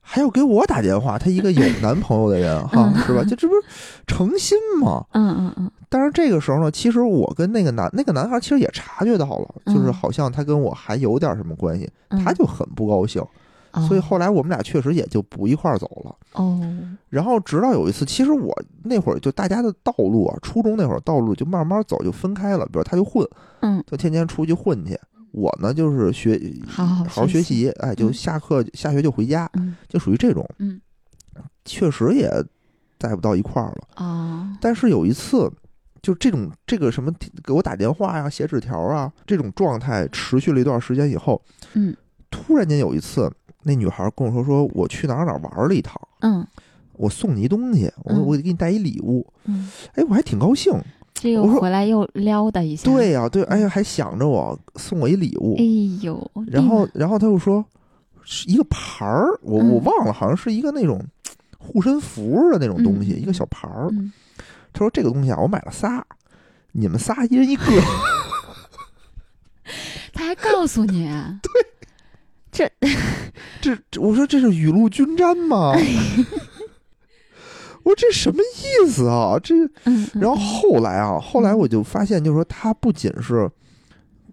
还要给我打电话。他一个有男朋友的
<laughs>
人，
嗯
哈，是吧？这这不是诚心吗？
嗯嗯嗯
但是这个时候呢，其实我跟那个男那个男孩其实也察觉到了，就是
嗯
好像他跟我还有点什么关系，
嗯，
他就很不高兴。所以后来我们俩确实也就不一块儿走了。
哦，
然后直到有一次，其实我那会儿就大家的道路啊，初中那会儿道路就慢慢走就分开了，比如他就混，
嗯，
就天天出去混去。我呢就是学
好好
好好学，习，哎，就
嗯
下课、下学就回家，
嗯
就属于这种。
嗯，
确实也在不到一块儿了。
啊，
但是有一次，就这种这个什么给我打电话呀、写纸条啊这种状态持续了一段时间以后，
嗯
突然间有一次，那女孩跟我说说我去哪儿哪儿玩了一趟，
嗯
我送你一东西，我
嗯
我给你带一礼物。
嗯，
哎，我还挺高兴。
这又
我说
回来又撩达一下，
对呀、对，哎呀，还想着我送我一礼物
嗯哎。呦，
然后，然后他又说是一个牌儿，我我
嗯
忘了，好像是一个那种护身符的那种东西，
嗯
一个小牌儿。
嗯
他说这个东西啊，我买了仨，你们仨一人一个。
他还告诉你，啊
<laughs> 这这我说这是雨露均沾
<laughs>
吗？我说这什么意思啊？这
嗯，嗯
然后后来啊，后来我就发现，就是说他不仅是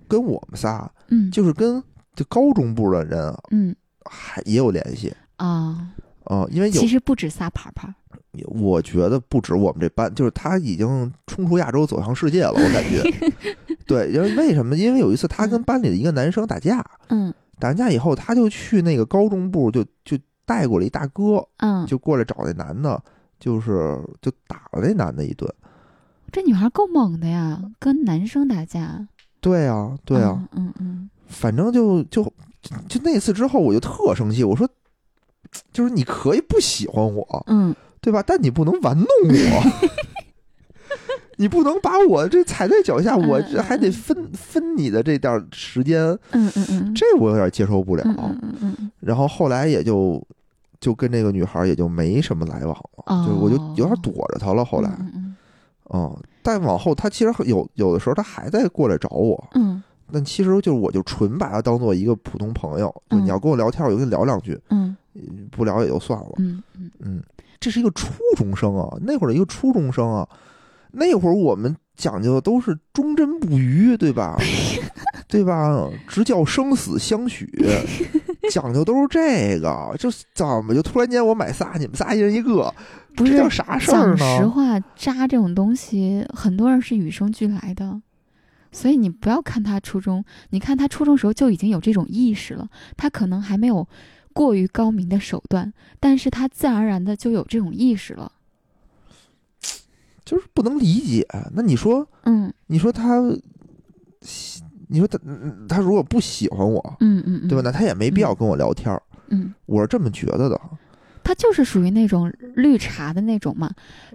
跟我们仨，
嗯
就是跟就高中部的人
嗯
还也有联系。
啊，
啊、因为有
其实不止撒泡泡，
我觉得不止我们这班，就是他已经冲出亚洲走向世界了，我感觉。
<laughs>
对，因为为什么？因为有一次他跟班里的一个男生打架，
嗯
打完架以后，他就去那个高中部就就带过来一大哥，
嗯，
就过来找那男的，就是就打了那男的一顿。
这女孩够猛的呀，跟男生打架，
对啊，对啊，
嗯，嗯
反正就就就那次之后，我就特生气，我说，就是你可以不喜欢我，
嗯
对吧？但你不能玩弄我，
<laughs>
你不能把我这踩在脚下，我这还得分分你的这点儿时间，
嗯嗯嗯嗯嗯，
这我有点接受不了。
嗯嗯嗯嗯嗯，
然后后来也就就跟这个女孩也就没什么来往了，就是我就有点躲着她了。后来，
哦嗯嗯
嗯，但往后她其实有有的时候她还在过来找我，
嗯
但其实就是我就纯把她当做一个普通朋友，就
嗯
你要跟我聊天，我就跟你聊两句，
嗯
不聊也就算了。
嗯嗯
嗯，这是一个初中生啊，那会儿的一个初中生啊，那会儿我们讲究的都是忠贞不渝，对
<laughs>
吧？对吧？直教生死相许，讲究都是这个。就怎么就突然间我买仨，你们仨一人一个，
嗯，不是
这叫啥事儿
讲实
呢？
话，渣这种东西，很多人是与生俱来的，所以你不要看他初中，你看他初中时候就已经有这种意识了，他可能还没有过于高明的手段，但是他自然而然的就有这种意识了。
就是不能理解。那你说，
嗯
你说他，你说他，嗯他如果不喜欢我，
嗯嗯，嗯
对吧？？那他也没必要跟我聊天儿。
嗯，
我是这么觉得的。
他就是属于那种绿茶的那种嘛，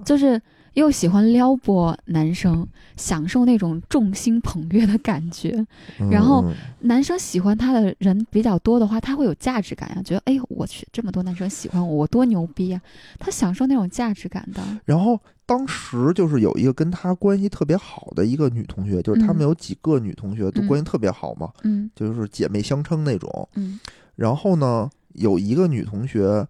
就是又喜欢撩拨男生，享受那种众星捧月的感觉。
嗯
然后
嗯
男生喜欢他的人比较多的话，他会有价值感啊，觉得哎呦我去，这么多男生喜欢我，我多牛逼呀、他享受那种价值感的。
然后当时就是有一个跟他关系特别好的一个女同学，就是他们
嗯
有几个女同学都
嗯
关系特别好嘛，
嗯
就是姐妹相称那种。
嗯
然后呢，有一个女同学，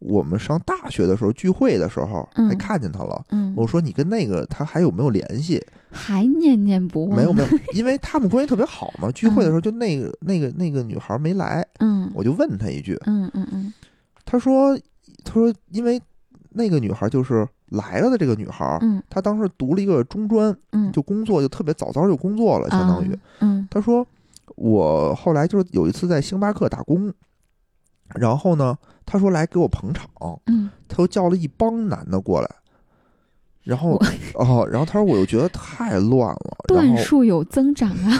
我们上大学的时候聚会的时候
嗯
还看见她了。
嗯，
我说你跟那个她还有没有联系？
还念念不忘。
没有没有，因为他们关系特别好嘛。聚会的时候就那个那个那个女孩没来，
嗯
我就问她一句，
嗯嗯嗯
她说她说因为那个女孩就是来了的这个女孩，
嗯
她当时读了一个中专，
嗯，
就工作就特别早早就工作了，相当于。
啊嗯
他说我后来就是有一次在星巴克打工，然后呢，他说来给我捧场，
嗯
他又叫了一帮男的过来，然后
我
哦，然后他说我又觉得太乱
<laughs>
了，然
段
后
数有增长啊。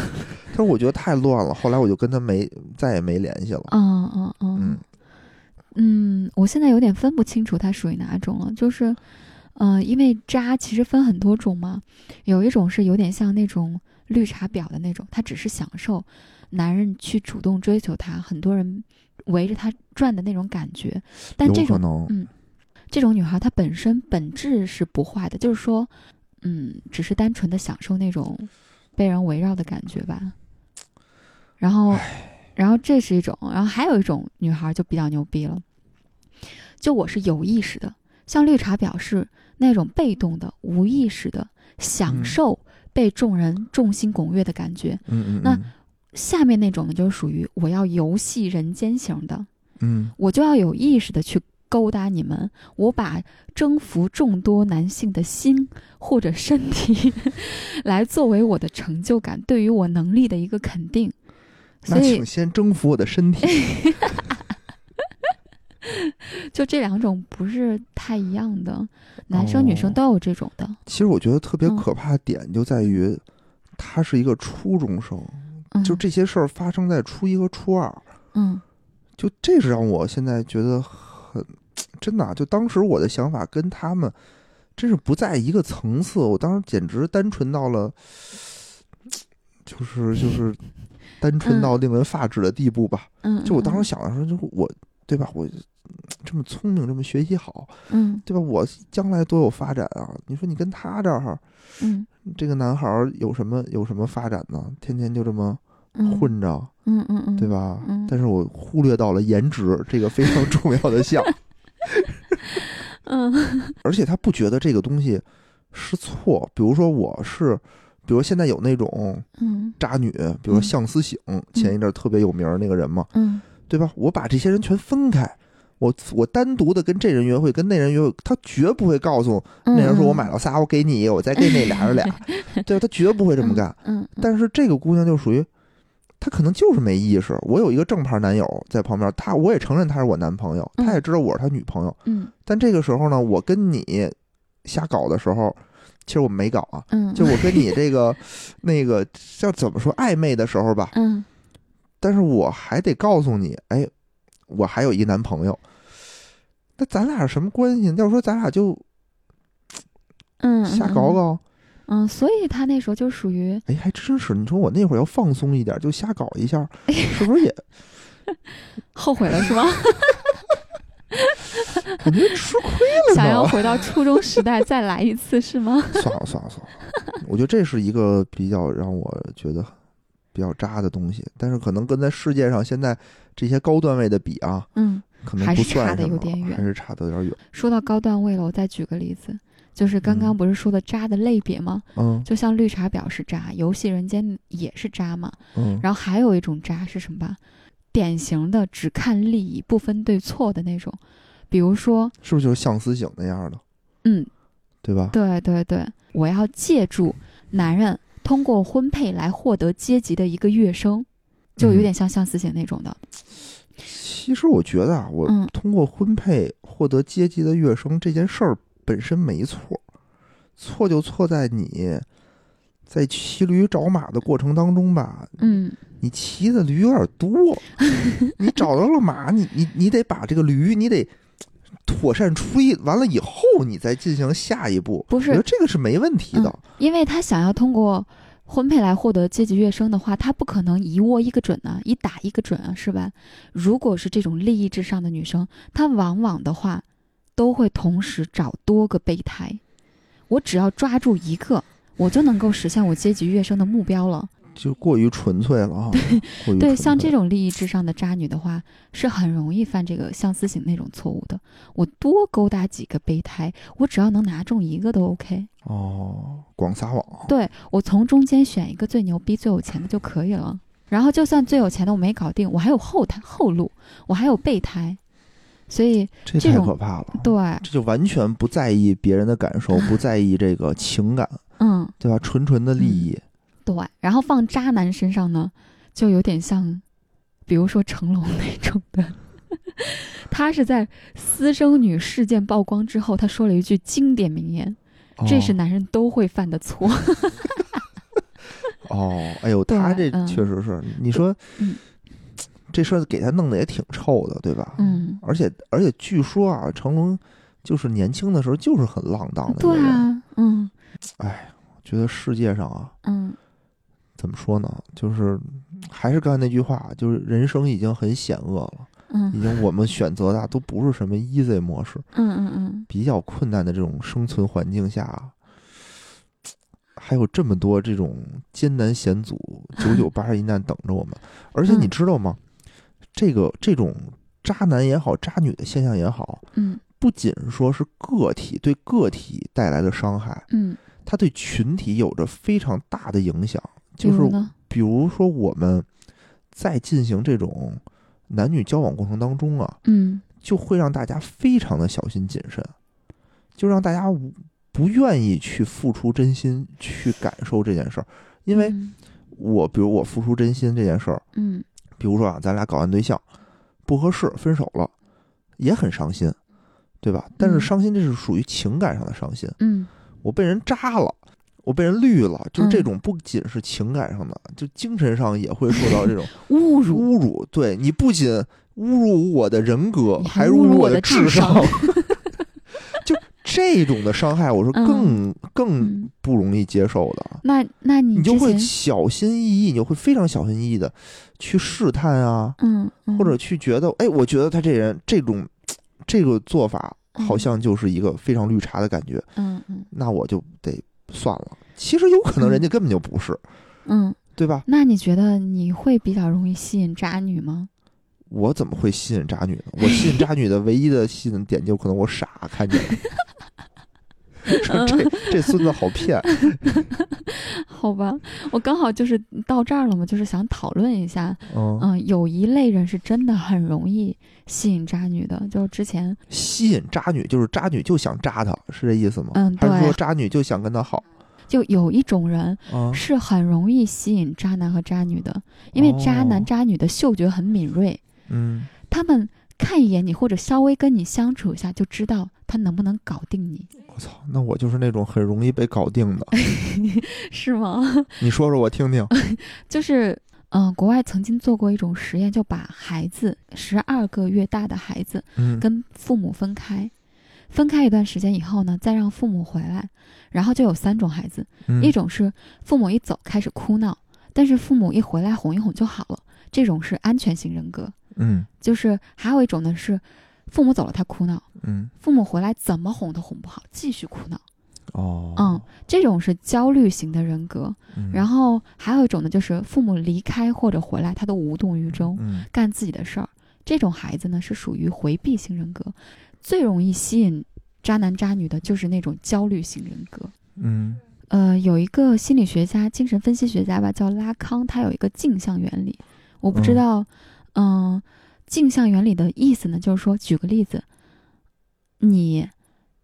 他说我觉得太乱了，后来我就跟他没再也没联系了。
嗯嗯嗯
嗯，
嗯，我现在有点分不清楚他属于哪种了，就是。呃，因为渣其实分很多种嘛，有一种是有点像那种绿茶婊的那种，她只是享受男人去主动追求她，很多人围着她转的那种感觉。但
有
这
可
种
能，
这种女孩，她本身本质是不坏的，就是说，嗯，只是单纯的享受那种被人围绕的感觉吧。然后，然后这是一种，然后还有一种女孩就比较牛逼了，就我是有意识的，像绿茶婊是那种被动的、无意识的享
嗯
受被众人众星拱月的感觉。
嗯嗯，
那
嗯
下面那种呢，就是属于我要游戏人间型的，
嗯
我就要有意识的去勾搭你们，我把征服众多男性的心或者身体来作为我的成就感，对于我能力的一个肯定。所
那
以
请先征服我的身
<laughs>
体。
就这两种不是太一样的，男生女生
哦
都有这种的。
其实我觉得特别
嗯
可怕的点就在于，他是一个初中生，
嗯，
就这些事儿发生在初一和初二，
嗯
就这是让我现在觉得很真的啊、就当时我的想法跟他们真是不在一个层次，我当时简直单纯到了，就是就是单纯到令人发指的地步吧。
嗯，
就我当时想的时候，就是我对吧？我这么聪明，这么学习好，
嗯，
对吧？我将来多有发展啊！你说你跟他这儿
嗯
这个男孩儿有什么有什么发展呢？天天就这么
嗯嗯，
混着。
嗯嗯嗯，
对？吧？
嗯
但是我忽略到了颜值这个非常 <laughs> 重要的项，
嗯
而且他不觉得这个东西是错。比如说，我是，比如现在有那种
嗯
渣女，比如说向思醒，前一阵儿特别有名儿那个人嘛，
嗯
对吧？我把这些人全分开，我我单独的跟这人约会，跟那人约会，他绝不会告诉
嗯
那人说我买了仨，我给你，我再给那俩
<laughs>
人俩，对吧？他绝不会这么干。
嗯，嗯，嗯
但是这个姑娘就属于，她可能就是没意识。我有一个正牌男友在旁边，他我也承认他是我男朋友，
嗯
他也知道我是他女朋友。
嗯
但这个时候呢，我跟你瞎搞的时候，其实我没搞啊，
嗯，
就我跟你这个那个叫怎么说暧昧的时候吧，
嗯
但是我还得告诉你，哎，我还有一男朋友。那咱俩是什么关系？要说咱俩就
嗯
瞎搞，
嗯
搞，
嗯嗯，所以他那时候就属于
哎，还真是。你说我那会儿要放松一点，就瞎搞一下，是不是也
后悔了是吗？
我觉得吃亏了呢。
想要回到初中时代再来一次是吗？
<laughs> 算了算了算了，我觉得这是一个比较让我觉得比较渣的东西，但是可能跟在世界上现在这些高段位的比啊，
<laughs> 嗯，
可能
还
不
是
算
差得
什么
有点，远
还是差的有点远。
说到高段位了，我再举个例子，就是刚刚
嗯
不是说的渣的类别吗？
嗯
就像绿茶婊是渣，游戏人间也是渣嘛。
嗯
然后还有一种渣是什么吧？典型的只看利益不分对错的那种，比如说，
是不是就是相思醒那样的，
嗯，
对吧？
对对对，我要借助男人通过婚配来获得阶级的一个跃升，就有点像相思姐那种的。
其实我觉得啊，我
嗯
通过婚配获得阶级的跃升这件事儿本身没错，错就错在你在骑驴找马的过程当中吧，
嗯
你骑的驴有点多，你找到了马，你你你得把这个驴，你得妥善处理完了以后，你再进行下一步。
不是
我觉得这个是没问题的。
因为他想要通过婚配来获得阶级跃升的话，他不可能一握一个准啊，一打一个准啊，是吧？如果是这种利益至上的女生，她往往的话都会同时找多个备胎，我只要抓住一个，我就能够实现我阶级跃升的目标了。
就过于纯粹了啊！过于纯粹
嗯对，像这种利益至上的渣女的话，是很容易犯这个相思型那种错误的。我多勾搭几个备胎，我只要能拿中一个都 OK。
哦，广撒网，
对我从中间选一个最牛逼、最有钱的就可以了。然后就算最有钱的我没搞定，我还有后台后路，我还有备胎。所以，
这
这
太
种
可怕了。
对，
这就完全不在意别人的感受，不在意这个情感，
嗯，
对吧？纯纯的利益，
对。然后放渣男身上呢，就有点像，比如说成龙那种的。 <laughs> 他是在私生女事件曝光之后，他说了一句经典名言：“嗯这是
哦
男人都会犯的
<laughs>
错。
哦，哎呦，
对
他这
嗯
确实是，你说
嗯
这事儿给他弄得也挺臭的，对吧？
嗯，
而且而且据说啊，成龙就是年轻的时候就是很浪荡的一个
对
人。
啊，嗯
觉得世界上啊，
嗯
怎么说呢，就是还是刚才那句话，就是人生已经很险恶了，已
嗯
经我们选择的啊都不是什么 easy 模式，
嗯嗯嗯，
比较困难的这种生存环境下啊。还有这么多这种艰难险阻，九九八十一难等着我们。而且你
嗯
知道吗？这个这种渣男也好，渣女的现象也好，
嗯
不仅说是个体对个体带来的伤害，
嗯，
它对群体有着非常大的影响。
比
就是
如呢，
比如说我们在进行这种男女交往过程当中啊，
嗯
就会让大家非常的小心谨慎，就让大家无不愿意去付出真心去感受这件事儿。因为
嗯
我比如我付出真心这件事儿，
嗯
比如说啊，咱俩搞完对象不合适，分手了，也很伤心，对吧？但是
嗯
伤心这是属于情感上的伤心，
嗯
我被人扎了，我被人绿了，就是这
嗯
种不仅是情感上的，就精神上也会受到这种
侮辱，
侮辱。对你不仅侮辱我的人格，
你还
还
侮辱
辱
我
的
的智
商
商。
<laughs>
<laughs>
就这种的伤害，我说更、更
嗯
不容易接受的。
那那
你
你之
就会
前
小心翼翼，你就会非常小心翼翼的去试探啊，
嗯嗯
或者去觉得，哎，我觉得他这人这种这个做法好
嗯
像就是一个非常绿茶的感觉，
嗯嗯
那我就得算了。其实有可能人家根本就不是，
嗯，
对吧？
那你觉得你会比较容易吸引渣女吗？
我怎么会吸引渣女呢？我吸引渣女的唯一的吸引点就可能我傻，嗯看见了，说这这孙子好骗，
<laughs> 好吧，我刚好就是到这儿了嘛，就是想讨论一下，
嗯，
嗯，有一类人是真的很容易吸引渣女的，就之前
吸引渣女就是渣女就想渣他，是这意思吗？
嗯
还是
对
说渣女就想跟他好
就有一种人
啊？
<laughs> 是很容易吸引渣男和渣女的，因为渣男
哦
渣女的嗅觉很敏锐，
嗯，
他们看一眼你或者稍微跟你相处一下就知道他能不能搞定你，
我操，那我就是那种很容易被搞定
<laughs>
的，
是吗？
你说说我听听。
<laughs> 就是。嗯，国外曾经做过一种实验，就把孩子十二个月大的孩子
嗯，
跟父母分开，分开一段时间以后呢，再让父母回来，然后就有三种孩子，
嗯
一种是父母一走开始哭闹，但是父母一回来哄一哄就好了，这种是安全型人格。
嗯
就是还有一种呢是，父母走了他哭闹，
嗯
父母回来怎么哄都哄不好，继续哭闹，
哦
嗯，这种是焦虑型的人格。
嗯
然后还有一种呢就是父母离开或者回来他都无动于衷，
嗯
干自己的事儿。这种孩子呢是属于回避型人格，最容易吸引渣男渣女的就是那种焦虑型人格。
嗯
呃，有一个心理学家、精神分析学家吧，叫拉康，他有一个镜像原理。我不知
嗯
道，嗯、镜像原理的意思呢，就是说，举个例子，你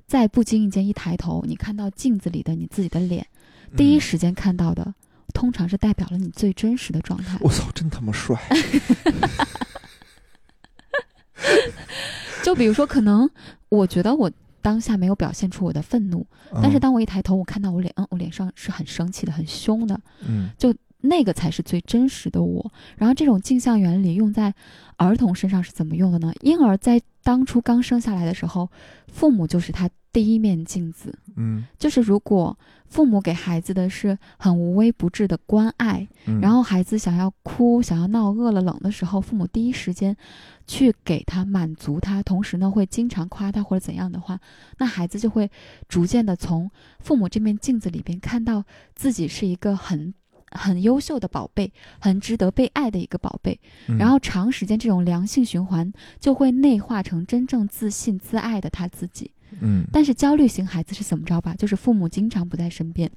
在不经意间一抬头，你看到镜子里的你自己的脸，
嗯
第一时间看到的，通常是代表了你最真实的状态。
我操，真他妈帅！
就比如说，可能我觉得我当下没有表现出我的愤怒，但
嗯
是当我一抬头，我看到我脸，嗯，我脸上是很生气的、很凶的，
嗯
那个才是最真实的我。然后这种镜像原理用在儿童身上是怎么用的呢？婴儿在当初刚生下来的时候，父母就是他第一面镜子。
嗯
就是如果父母给孩子的是很无微不至的关爱，
嗯，
然后孩子想要哭、想要闹、饿了、冷的时候，父母第一时间去给他满足他，同时呢会经常夸他或者怎样的话，那孩子就会逐渐的从父母这面镜子里边看到自己是一个很很优秀的宝贝，很值得被爱的一个宝贝。
嗯
然后长时间这种良性循环就会内化成真正自信、自爱的他自己。
嗯
但是焦虑型孩子是怎么着吧？就是父母经常不在身边，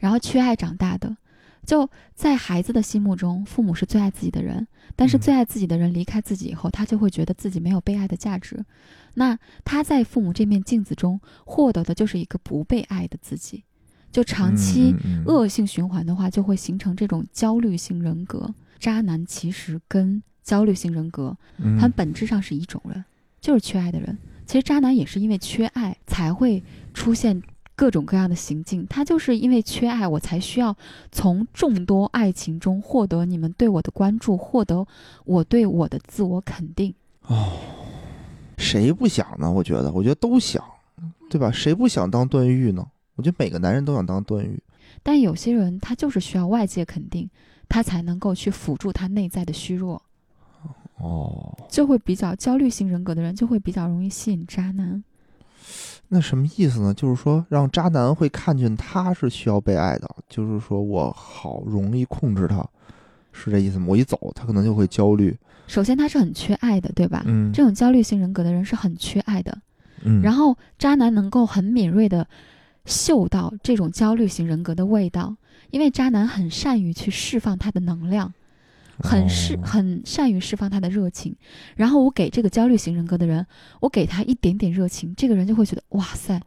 然后缺爱长大的。就在孩子的心目中，父母是最爱自己的人，但是
嗯
最爱自己的人离开自己以后，他就会觉得自己没有被爱的价值。那他在父母这面镜子中获得的就是一个不被爱的自己。就长期
嗯嗯嗯
恶性循环的话，就会形成这种焦虑性人格。渣男其实跟焦虑性人格
嗯
他本质上是一种人，就是缺爱的人。其实渣男也是因为缺爱才会出现各种各样的行径，他就是因为缺爱，我才需要从众多爱情中获得你们对我的关注，获得我对我的自我肯定。
谁不想呢？我觉得，我觉得都想，对吧？谁不想当段誉呢？我觉得每个男人都想当段誉。
但有些人他就是需要外界肯定，他才能够去辅助他内在的虚弱，
哦，
就会比较焦虑型人格的人就会比较容易吸引渣男。
那什么意思呢？就是说，让渣男会看见他是需要被爱的，就是说我好容易控制他，是这意思吗？我一走，他可能就会焦虑。
首先他是很缺爱的，对吧？
嗯
这种焦虑型人格的人是很缺爱的，
嗯
然后渣男能够很敏锐的嗅到这种焦虑型人格的味道，因为渣男很善于去释放他的能量，很释、
哦
很善于释放他的热情。然后我给这个焦虑型人格的人，我给他一点点热情，这个人就会觉得哇塞。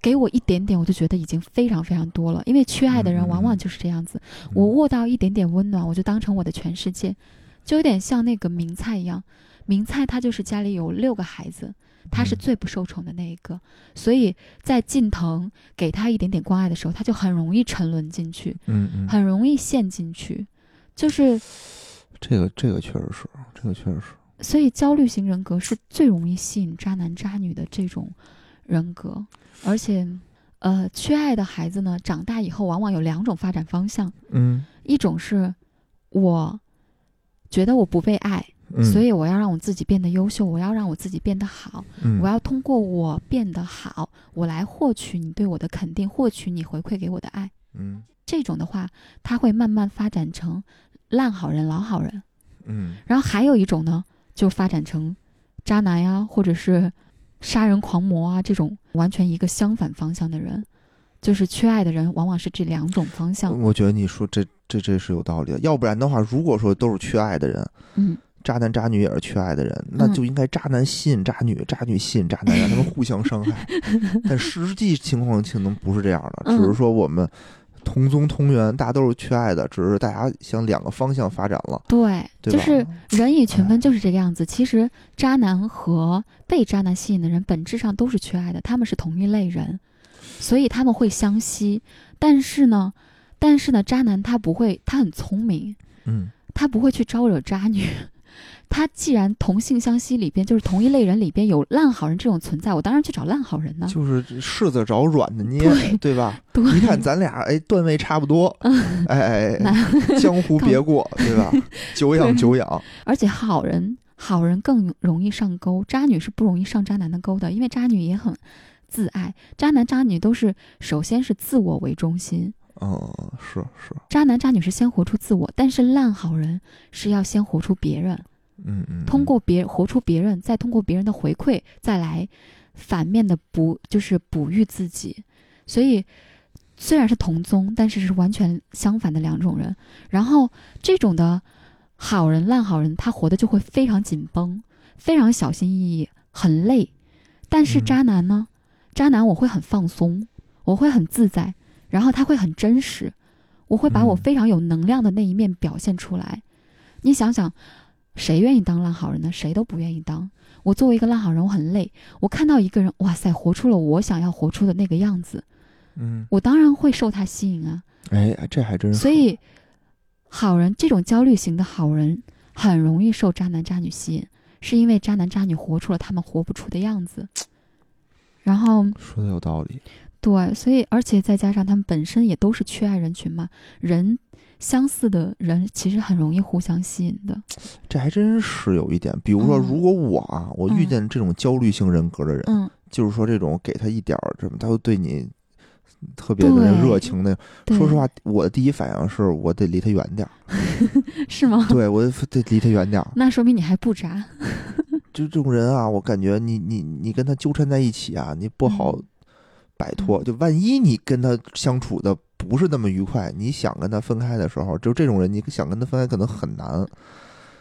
给我一点点，我就觉得已经非常非常多了。因为缺爱的
嗯
人
嗯
往往就是这样子，我握到一点点温暖，我就当成我的全世界，就有点像那个明菜一样。明菜她就是家里有六个孩子，她是
嗯
最不受宠的那一个，所以在近藤给她一点点关爱的时候，她就很容易沉沦进去，
嗯嗯，
很容易陷进去。就是，
这个这个确实是，这个确实是。
所以焦虑型人格是最容易吸引渣男渣女的这种人格，而且，呃，缺爱的孩子呢，长大以后往往有两种发展方向，
嗯
一种是我觉得我不被爱，
嗯，
所以我要让我自己变得优秀，我要让我自己变得好，
嗯
我要通过我变得好，我来获取你对我的肯定，获取你回馈给我的爱。
嗯
这种的话，它会慢慢发展成烂好人、老好人。
嗯
然后还有一种呢，就发展成渣男呀，或者是杀人狂魔啊这种完全一个相反方向的人。就是缺爱的人往往是这两种方向。
我觉得你说这这这是有道理的，要不然的话，如果说都是缺爱的人，
嗯，
渣男渣女也是缺爱的人，那
嗯
就应该渣男吸引渣女，渣女吸引渣
<laughs>
男，让啊他们互相伤害。但实际情况可能不是这样的，
嗯
只是说我们同宗同源，大家都是缺爱的，只是大家向两个方向发展了，
对，
对
就
吧？
是人以群分就是这个样子。其实渣男和被渣男吸引的人本质上都是缺爱的，他们是同一类人，所以他们会相吸。但是呢，但是呢，渣男他不会，他很聪明，
嗯，
他不会去招惹渣女。 <laughs> 他既然同性相吸里边就是同一类人里边有烂好人这种存在，我当然去找烂好人呢。
就是柿子找软的捏，
啊对
对吧？
对，
你看咱俩哎段位差不
<laughs>
多，哎哎哎， <laughs> 江湖别过，对吧？久仰久仰，
而且好人好人更容易上钩，渣女是不容易上渣男的钩的，因为渣女也很自爱，渣男渣女都是首先是自我为中心，
嗯，是是，
渣男渣女是先活出自我，但是烂好人是要先活出别人，
嗯嗯，
通过别活出别人，再通过别人的回馈，再来反面的补就是哺育自己，所以。虽然是同宗，但是是完全相反的两种人。然后这种的好人烂好人，他活的就会非常紧绷，非常小心翼翼，很累。但是
嗯
渣男呢？渣男我会很放松，我会很自在，然后他会很真实，我会把我
嗯
非常有能量的那一面表现出来。你想想，谁愿意当烂好人呢？谁都不愿意当。我作为一个烂好人，我很累。我看到一个人，哇塞，活出了我想要活出的那个样子，
嗯，
我当然会受他吸引啊。
哎，这还真是，
所以，好人这种焦虑型的好人很容易受渣男渣女吸引，是因为渣男渣女活出了他们活不出的样子。然后，
说的有道理，
对，所以而且再加上他们本身也都是缺爱人群嘛，人相似的人其实很容易互相吸引的。
这还真是有一点。比如说，
嗯
如果我啊，我遇
嗯
见这种焦虑性人格的人，
嗯，
就是说这种给他一点儿什么，他会对你特别的
对
热情的。
对
说实话，我的第一反应是我得离他远
<laughs>
点儿，
是吗？
对我得离他远点儿。
那说明你还不渣。
就这种人啊，我感觉你你你跟他纠缠在一起啊，你不好
嗯
摆脱。就万一你跟他相处的不是那么愉快，你想跟他分开的时候，就这种人，你想跟他分开可能很难。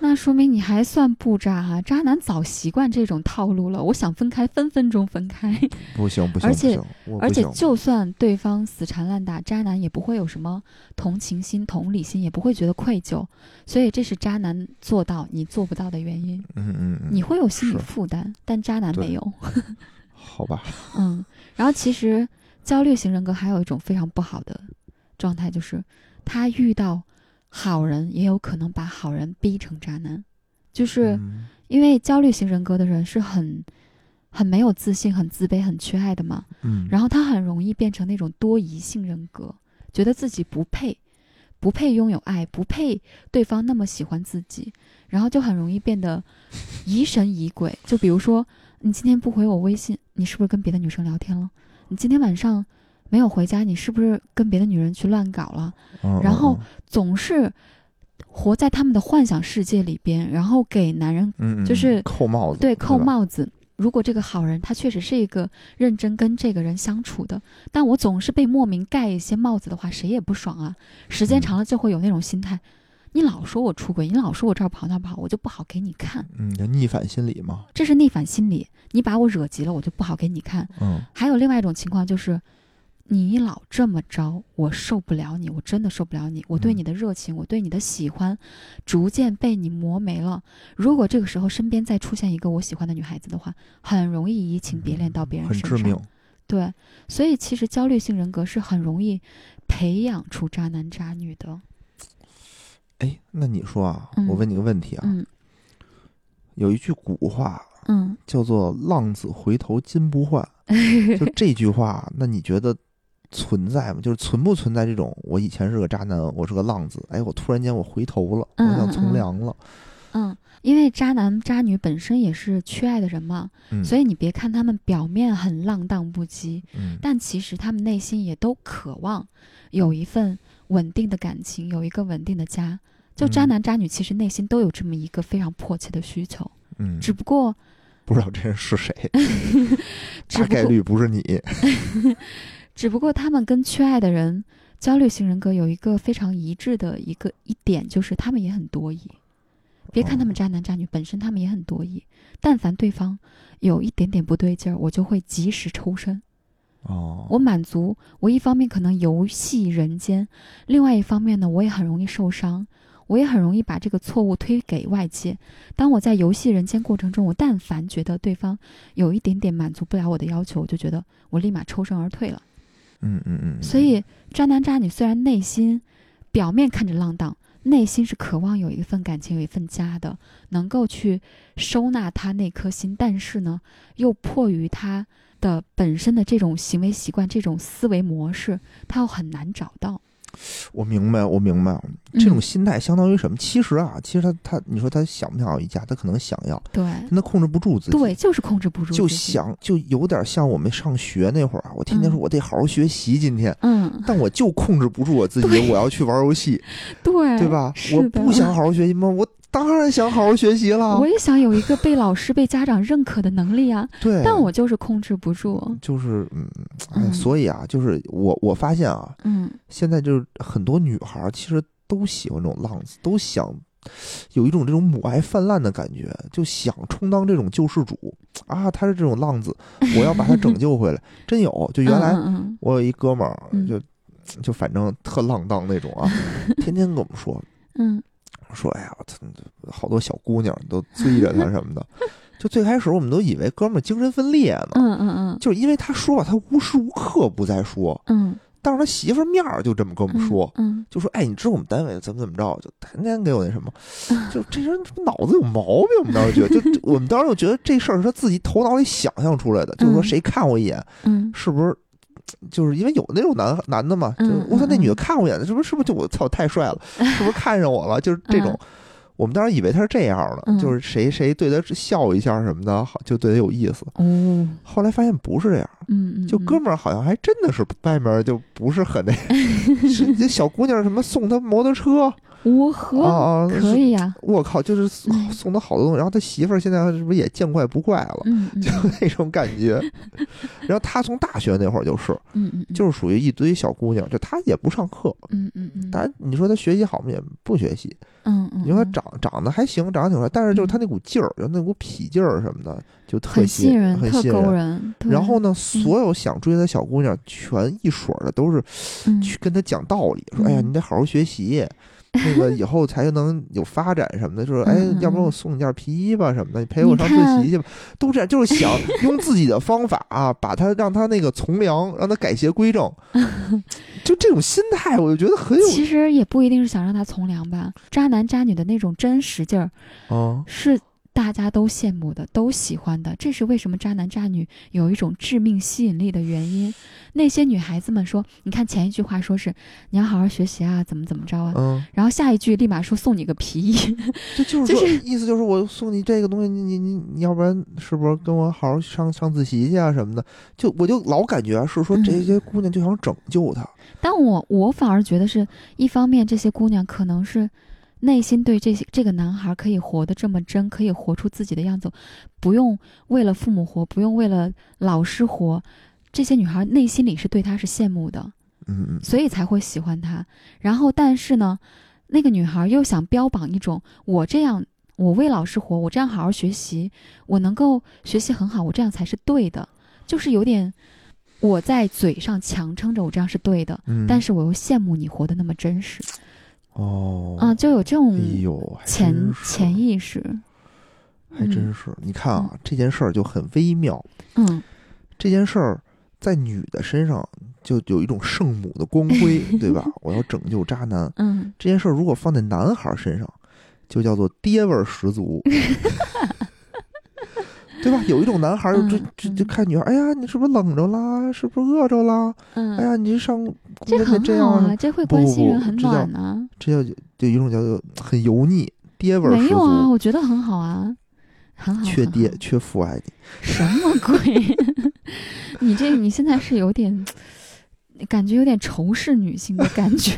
那说明你还算不渣啊！渣男早习惯这种套路了，我想分开，分分钟分开。
不行不行
而
不
且
行，我
而
不
且
行。
就算对方死缠烂打，渣男也不会有什么同情心、同理心，也不会觉得愧疚，所以这是渣男做到你做不到的原因。
嗯嗯嗯，
你会有心理
是
负担，但渣男
对
没有。
好吧，
嗯，然后其实焦虑型人格还有一种非常不好的状态，就是他遇到好人，也有可能把好人逼成渣男，就是。
嗯
因为焦虑型人格的人是很很没有自信、很自卑、很缺爱的嘛，
嗯，
然后他很容易变成那种多疑性人格，觉得自己不配，不配拥有爱，不配对方那么喜欢自己，然后就很容易变得疑神疑鬼。就比如说，你今天不回我微信，你是不是跟别的女生聊天了？你今天晚上没有回家，你是不是跟别的女人去乱搞了？
嗯
然后总是活在他们的幻想世界里边，然后给男人
嗯嗯
就是
嗯扣帽子，
对扣
吧，
帽子。如果这个好人他确实是一个认真跟这个人相处的，但我总是被莫名盖一些帽子的话，谁也不爽啊。时间
嗯
长了就会有那种心态，你老说我出轨，你老说我这儿不好那儿不好，我就不好给你看，
嗯，叫逆反心理嘛，
这是逆反心理。你把我惹急了，我就不好给你看。
嗯
还有另外一种情况就是，你老这么着，我受不了你，我真的受不了你，我对
嗯
你的热情，我对你的喜欢，逐渐被你磨没了。如果这个时候身边再出现一个我喜欢的女孩子的话，很容易移情别恋到别人
嗯很
身
致
上。
命，
对，所以其实焦虑性人格是很容易培养出渣男渣女
啊
的。
哎，那你说啊，
嗯
我问你个问题啊，
嗯
有一句古话
嗯，
叫做“浪子回头金不
<laughs>
换”，就
嗯
这句话，那你觉得存在吗？就是存不存在这种？我以前是个渣男，我是个浪子，哎，我突然间我回头了，
嗯
我想从
嗯
良了，
嗯，因为渣男渣女本身也是缺爱的人嘛，
嗯，
所
以
以你别看他们表面很浪荡不羁，
嗯
但其实他们内心也都渴望有一份稳定的感情，有一个稳定的家。就渣
嗯
男渣女，其实内心都有这么一个非常迫切的需求，
嗯， <laughs>
只不过，
不知道这人是谁，
只
大
不
概
过，
率不是你，
只不过他们跟缺爱的人、焦虑型人格有一个非常一致的一个一点，就是他们也很多疑。别看他
哦
们渣男渣女，本身他们也很多疑。但凡对方有一点点不对劲儿，我就会及时抽身。
哦，
我满足，我一方面可能游戏人间，另外一方面呢，我也很容易受伤，我也很容易把这个错误推给外界。当我在游戏人间过程中，我但凡觉得对方有一点点满足不了我的要求，我就觉得我立马抽身而退了。
嗯嗯嗯，嗯
所以，渣男渣女虽然内心表面看着浪荡，内心是渴望有一份感情，有一份家的，能够去收纳他那颗心，但是呢，又迫于他的本身的这种行为习惯、这种思维模式，他又很难找到。
嗯我明白，我明白，这种
嗯
心态相当于什么？其实啊，其实他他，你说他想不想要一家？他可能想要，
对
但他控制不住自己。
对，就是控制不住，
就，想就有点像我们上学那会儿啊，我天天说
嗯
我得好好学习，今
<laughs>
天，
嗯，
但我就控制不住我自己，
对
我要去玩游
<laughs>
戏，
对，
对吧？
是
我
的
不想好好学习吗？我当然想好好学习了
我。也想有一个被老师、被家长认可的能力啊，
对，
但我就是控制不住。
就是嗯，哎
嗯
所以啊，就是我我发现啊，
嗯，
现在就是很多女孩儿其实都喜欢这种浪子，都想有一种这种母爱泛滥的感觉，就想充当这种救世主啊。他是这种浪子，我要把他
<laughs>
拯救回来。真有，就原来
嗯嗯
我有一哥们儿
嗯，
就就反正特浪荡那
<laughs>
种啊，天天跟我们说
嗯
说，哎呀，我操，好多小姑娘都追着他什么
<laughs>
的。就最开始我们都以为哥们儿精神分裂呢，
嗯嗯嗯
就是因为他说吧，他无时无刻不在说，
嗯
当着他媳妇儿面儿就这么跟我们
嗯，
说。
嗯，
就说：“哎，你知道我们单位怎么怎么着？就天天给我那什么，就这人脑子有毛病。”我们当时觉得，就我们当时就觉得这事儿是他自己头脑里想象出来的，就是说
嗯
谁看我一眼，
嗯
是不是？就是因为有那种男男的嘛，就
嗯
我操，
嗯
那女的
嗯
看我一眼，是不是？是不是就我操太帅了，是不是看上我了？就是这种
嗯，
<laughs> 我们当时以为他是这样的，
嗯
就是谁谁对他笑一下什么的，好就对他有意思。
哦，嗯
后来发现不是这样，
嗯，
就哥
嗯
们儿好像还真的是外面就不是
<laughs>
很那，是这小姑娘什么送他摩托车
我
啊
和
啊，
可以呀，
我靠，就是
嗯
送他好多东西，然后他媳妇儿现在是不是也见怪不怪了，
嗯嗯
<laughs> 就那种感觉。然后他从大学那会儿就是，
嗯嗯，嗯
<laughs> 就是属于一堆小姑娘，就他也不上课，
嗯嗯嗯，
但你说他学习好吗？也不学习。
嗯嗯，
你说他
嗯
长长得还行，长得挺帅，但是就是他那股劲儿，就那股痞劲儿什么的，就特
很
吸
吸
引
引人，
很
特
吸引
勾
人。
人。对
然后，呢，所有想追他的小姑娘，全一水儿的都是
嗯
去跟他讲道理，说：“哎呀，
嗯
你得好好学习，那个以后才能有发展什么的。”就是，哎
嗯嗯，
要不然我
嗯
送你件皮衣吧什么的，你陪
你
我上自
看
习去吧。都这样，就是想用自己的方法啊，把他让他那个从良，让他改邪归
<laughs>
正。就这种心态，我就觉得很有
其实也不一定是想让他从良吧，渣男渣女的那种真实劲儿
啊，
是。大家都羡慕的，都喜欢的，这是为什么渣男渣女有一种致命吸引力的原因。那些女孩子们说，你看前一句话说是你要好好学习啊，怎么怎么着啊，
嗯，
然后下一句立马说送你个皮衣，
这就是
就
说，意思就是我送你这个东西，你你你你要不然是不是跟我好好上上自习去啊什么的？就我就老感觉啊是说这
嗯
些姑娘就想拯救他，
但我我反而觉得是一方面，这些姑娘可能是内心对这些这个男孩可以活得这么真，可以活出自己的样子，不用为了父母活，不用为了老师活。这些女孩内心里是对他是羡慕的，
嗯嗯，
所以才会喜欢他。然后，但是呢，那个女孩又想标榜一种我这样，我为老师活，我这样好好学习，我能够学习很好，我这样才是对的，就是有点我在嘴上强撑着我这样是对的，
嗯
但是我又羡慕你活得那么真实
哦
啊，就有这种
哎呦，还
潜
真是
潜意识，
还真是，你看啊，这件事儿就很微妙，
嗯
这件事儿在女的身上就有一种圣母的光
<laughs>
辉，对吧？我要拯救渣男。
嗯，
这件事儿如果放在男孩儿身上，就叫做爹味儿十
<laughs>
足，对吧？有一种男孩儿就
嗯
就
嗯
就看女孩儿，哎呀，你是不是冷着啦？是不是饿着啦？
嗯
哎呀，你上姑
这
娘得
很
这
好
样
啊，，这会
不
关
不
心
不
人很
这叫
暖啊，
这叫就有一种叫做很油腻，爹味儿
没
十
有啊，
足，
我觉得很好啊，很好，
缺
很
爹
好
缺父爱你。
什么鬼？ <laughs> 你这你现在是有点。感觉有点仇视女性的感
<laughs>
觉，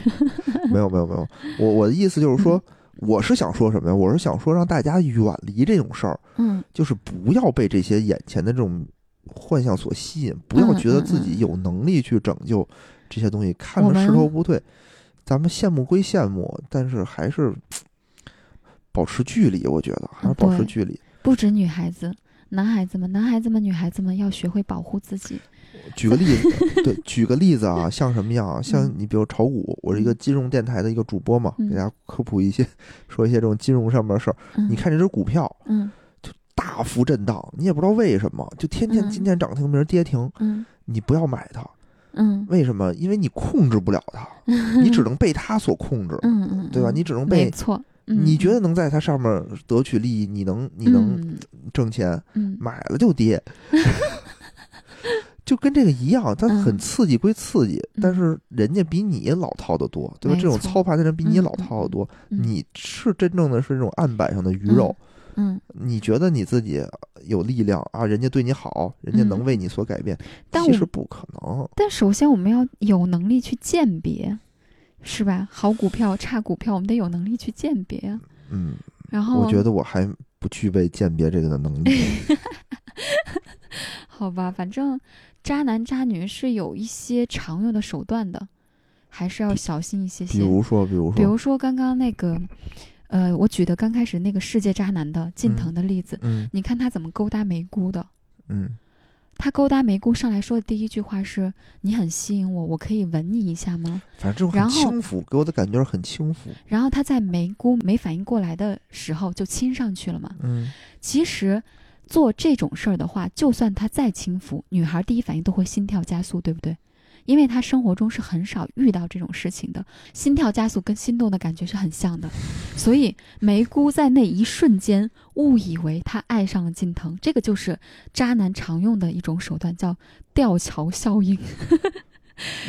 没有没有没有，我我的意思就是说，
嗯
我是想说什么呀？我是想说让大家远离这种事儿，
嗯
就是不要被这些眼前的这种幻象所吸引，不要
嗯
觉得
嗯
自己
嗯
有能力去拯救这些东西，看
我
着势
们
头不对，咱们羡慕归羡慕，但是还是保持距离，我觉得还是
嗯
保持
对
距离。
不止女孩子，男孩子们、男孩子们、女孩子们要学会保护自己。
举个例
<laughs>
子，对，举个例子啊，像什么样啊？像
嗯
你比如炒股，我是一个金融电台的一个主播嘛，
嗯
给大家科普一些，说一些这种金融上面的事儿。
嗯，
你看这只股票
嗯，
大幅震荡，你也不知道为什么，就天天今
嗯
天涨停，明儿跌停，
嗯
你不要买它。
嗯
为什么？因为你控制不了
<laughs>
它，你只能被它所控制，
嗯嗯，
对吧？
嗯
你只能
没
被
错。嗯
你觉得能在它上面得取利益，你能你能
嗯
挣钱，
嗯
买了就
<laughs>
跌，就跟这个一样，它很
嗯
刺激归刺激，但
嗯
是人家比你老套得多，对吧？
没
这种
错
操盘的人比你
嗯
老套得多，
嗯
你是真正的是那种案板上的鱼肉，
嗯，
你觉得你自己有力量啊，人家对你好，人家能
嗯
为你所改变，
但
其
我
实不可能。
但首先我们要有能力去鉴别，是吧？好股票、差股票，我们得有能力去鉴别。啊
嗯，
然后
我觉得我还不具备鉴别这个的能力。
<laughs> 好吧，反正渣男渣女是有一些常用的手段的，还是要小心一些
比
些。
如说，比如
比
说，
如说刚刚那个，呃，我举的刚开始那个世界渣男的近藤的例子，
嗯
你看他怎么勾搭梅姑的。
嗯
他勾搭梅姑上来说的第一句话是：“你很吸引我，我可以吻你一下吗
反正这种
然
很
后
轻浮，给我的感觉很轻浮。？”
然后他在梅姑没反应过来的时候就亲上去了嘛。
嗯，
其实做这种事儿的话，就算他再轻浮，女孩第一反应都会心跳加速，对不对？因为她生活中是很少遇到这种事情的，心跳加速跟心动的感觉是很像的，所以梅姑在那一瞬间误以为她爱上了近藤，这个就是渣男常用的一种手段，叫吊桥效应。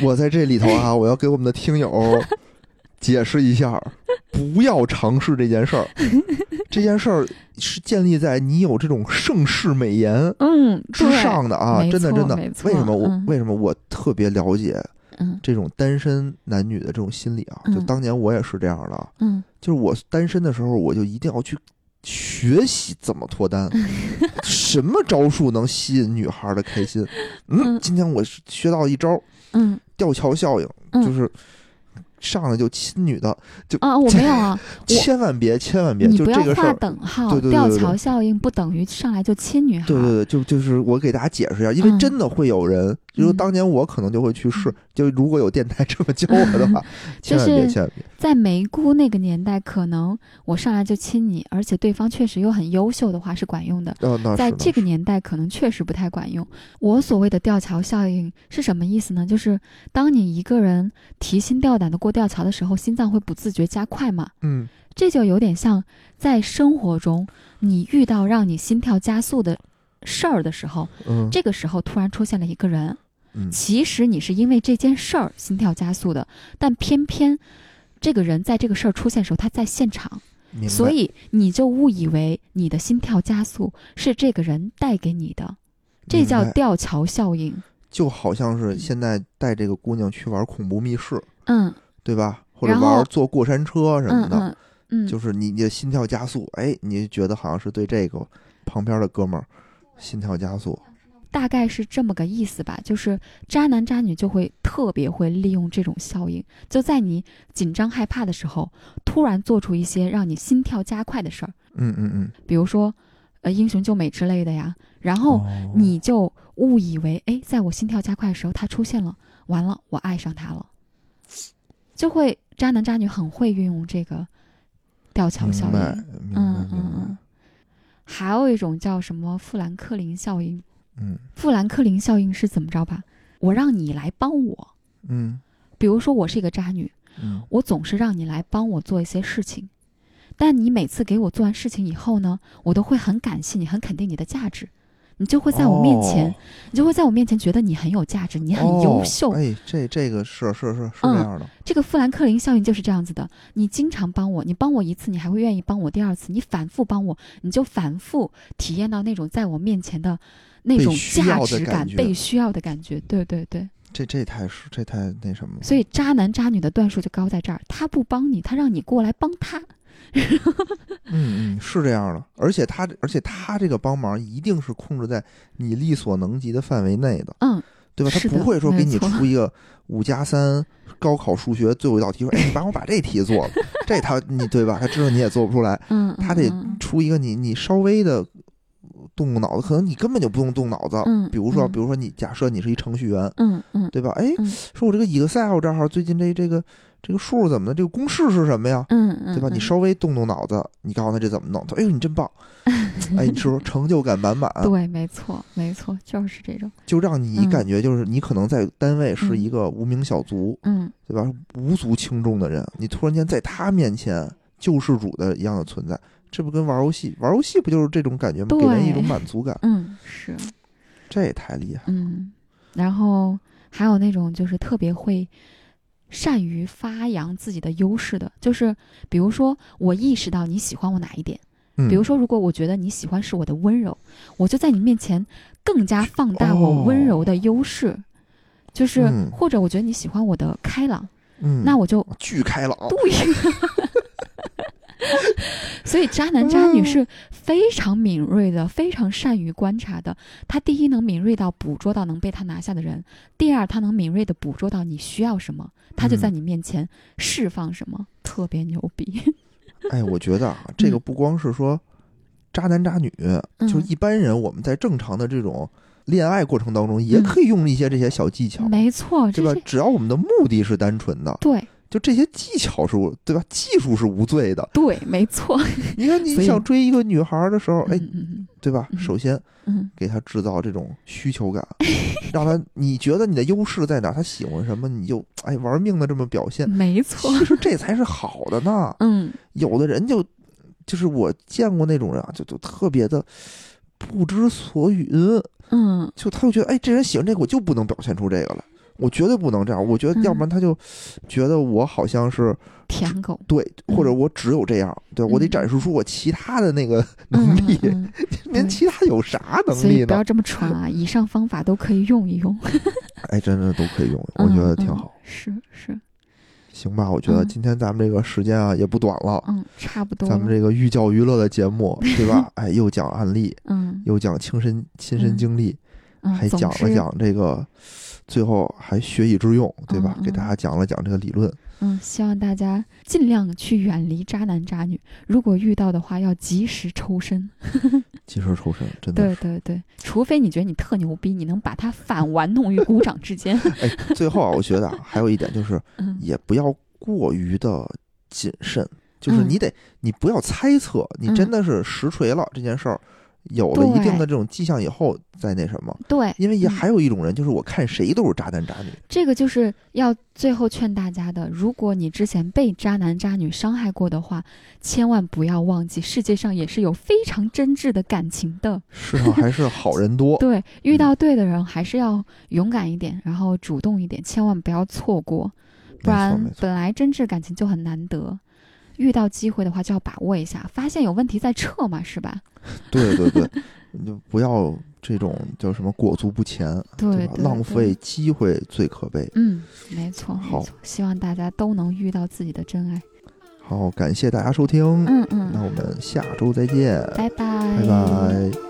我在这里头啊，我要给我们的听友
<laughs>
解释一下，不要尝试这件事
<laughs>
儿。这件事儿是建立在你有这种盛世美颜
嗯，
之上的啊，
没
真的
错
真的
没。错
为什么我、
嗯
为什么我特别了解
嗯
这种单身男女的这种心理啊？
嗯
就当年我也是这样的啊，
嗯
就是我单身的时候，我就一定要去。学习怎么脱
嗯
单， <laughs> 什么招数能吸引女孩的开心？嗯
嗯，
今天我是学到一招，
嗯
吊桥效应，
嗯
就是上来就亲女的，
啊，我没有啊，我
千万别，千万别，
你
就
不要
这个事
画
儿。
等号，
对对对
吊
对对
桥效应不等于上来就亲女孩。
对对对，就就是我给大家解释一下，因为
嗯
真的会有人，就是
嗯
当年我可能就会去试
嗯，
就如果有电台 <laughs> 这么教我的话，千万别，
就是
千万别，
在梅姑那个年代，可能我上来就亲你，而且对方确实又很优秀的话是管用的。
哦，那是
在
那
这
是
个年代，可能确实不太管用。我所谓的吊桥效应是什么意思呢？就是当你一个人提心吊胆的过吊桥的时候，心脏会不自觉加快嘛。
嗯，
这就有点像在生活中，你遇到让你心跳加速的事儿的时候，
嗯
这个时候突然出现了一个人，
嗯，
其实你是因为这件事儿心跳加速的，但偏偏这个人在这个事儿出现的时候他在现场，
明白
所以你就误以为你的心跳加速是这个人带给你的，这
明
叫
白
吊桥效应。
就好像是现在带这个姑娘去玩恐怖密室，
嗯
对吧？或者
然后
玩坐过山车什么
嗯
的，
嗯嗯，
就是你你的心跳加速，哎，你就觉得好像是对这个旁边的哥们儿心跳加速，
大概是这么个意思吧。就是渣男渣女就会特别会利用这种效应，就在你紧张害怕的时候，突然做出一些让你心跳加快的事儿，
嗯嗯嗯，
比如说呃英雄救美之类的呀，然后。
哦
你就误以为，哎，在我心跳加快的时候，他出现了，完了，我爱上他了，就会渣男渣女很会运用这个吊桥效
明白，
应。
明白，
嗯嗯
明
嗯
白，。
还有一种叫什么富兰克林效应，
嗯
富兰克林效应是怎么着吧？我让你来帮我，
嗯
比如说我是一个渣女，
嗯
我总是让你来帮我做一些事情，但你每次给我做完事情以后呢，我都会很感谢你，很肯定你的价值，你就会在我面前，
哦
你就会在我面前觉得你很有价值，你很优秀。
哦、哎，这这个是是是是这
嗯
样的，
这个富兰克林效应就是这样子的，你经常帮我，你帮我一次，你还会愿意帮我第二次，你反复帮我，你就反复体验到那种在我面前的那种
被需要
价
的
值
感
感、
觉
被需要的感觉。对对对，
这这太是这太那什么了。
所以渣男渣女的段数就高在这儿，他不帮你，他让你过来帮他。
嗯嗯，是这样的。而且他，而且他这个帮忙一定是控制在你力所能及的范围内的，
嗯，
对吧？他
是的
不会说给你
没错
出一个五加三高考数学最后一道题，说哎，你帮我把这题做
<laughs>
了，这他你对吧？他知道你也做不出来，
嗯，
他得
嗯
出一个你你稍微的动动脑子，可能你根本就不用动脑子。
嗯
比如说，
嗯
比如说你假设你是一程序员，
嗯嗯
对吧？哎
嗯，
说我这个 Excel 这儿最近这这个这个数怎么的？这个公式是什么呀？
嗯嗯，
对吧？你
嗯
稍微动动脑子，你告诉他这怎么弄，他说哎呦你真
<laughs>
棒，哎，你是不是成就感满满？
嗯对，没错没错，就是这种，
就让你
嗯
感觉就是你可能在单位是
嗯
一个无名小卒，
嗯
对吧？无足轻重的人，你突然间在他面前救世主的一样的存在，这不跟玩游戏玩游戏不就是这种感觉吗？
对
给人一种满足感，
嗯是，
这也太厉害了。
嗯，然后还有那种就是特别会善于发扬自己的优势的，就是比如说我意识到你喜欢我哪一点，
嗯，
比如说如果我觉得你喜欢是我的温柔，我就在你面前更加放大我温柔的优势，就是
哦嗯
或者我觉得你喜欢我的开朗，
嗯，
那我就
巨开朗，
对。 <laughs> 所以，渣男
嗯
渣女是非常敏锐的，非常善于观察的。他第一能敏锐到捕捉到能被他拿下的人，第二他能敏锐的捕捉到你需要什么，他
嗯
就在你面前释放什么，特别牛逼。
<laughs> 哎，我觉得啊，这个
嗯
不光是说渣男渣女，就
嗯
一般人我们在正常的这种恋爱过程当中，也可以用一些这些小技巧，
嗯 <laughs> 没错，
对
这
吧
是？
只要我们的目的是单纯的，
对
就这些技巧是无，对吧？技术是无罪的。
对，没错。
你看，你
所以
想追一个女孩的时候，哎，
嗯嗯
对吧？
嗯
首先
嗯
给她制造这种需求感，让她你觉得你的优势在哪，她喜欢什么，你就哎玩命的这么表现
嗯，。没错。
其实这才是好的呢。
嗯
有的人就就是我见过那种人啊，就就特别的不知所云，
嗯
就他就觉得，哎，这人喜欢这个，我就不能表现出这个来，我绝对不能这样。我觉得，
嗯
要不然他就觉得我好像是
舔狗。
对，
嗯
或者我只有这样，对我得
嗯
展示出我其他的那个 <laughs> 能
嗯
力，
嗯
连其他有啥
嗯，
能
所
力
以不
呢
要？这么蠢啊！以上方法都可以用一用，
哎，真的都可以用，我觉得
嗯
挺
嗯
好。
是是，
行吧，我觉得
嗯
今天咱们这个时间啊也不短了，
嗯，差不多了。
咱们这个寓教于乐的节目，对
<laughs>
吧？哎，又讲案例，
嗯
又讲亲身亲身
嗯
经历。
嗯，
还
总
讲了
之，
讲这个，最后还学以致用，对吧？
嗯
给大家讲了讲这个理论。
嗯，希望大家尽量去远离渣男渣女，如果遇到的话，要及时抽身。
及时抽身，真的
对
是。
对对，除非你觉得你特牛逼，你能把他反玩弄于鼓掌
<laughs>
之间。
哎，最后啊，我觉得啊，还有一点就是，
嗯
也不要过于的谨慎，就是
嗯
你得，你不要猜测，你真的是实锤了这件事儿，有了一定的这种迹象以后再那什么。
对，
因为也
嗯
还有一种人，就是我看谁都是渣男渣女，
这个就是要最后劝大家的：如果你之前被渣男渣女伤害过的话，千万不要忘记，世界上也是有非常真挚的感情的。。
世上还是好人多
<laughs> 对，遇到对的人还是要勇敢一点，然后主动一点，千万不要错过，不
没错
然
没错，
本来真挚感情就很难得。遇到机会的话，就要把握一下，发现有问题再撤嘛，是吧？
对对 <laughs> 对，你就不要这种叫什么裹足不前。
对
吧，？
对
啊浪
对
费机会最可悲。
嗯，没错，没
好
错。希望大家都能遇到自己的真爱。
好，感谢大家收听，
嗯嗯，
那我们下周再见，
拜拜，
拜拜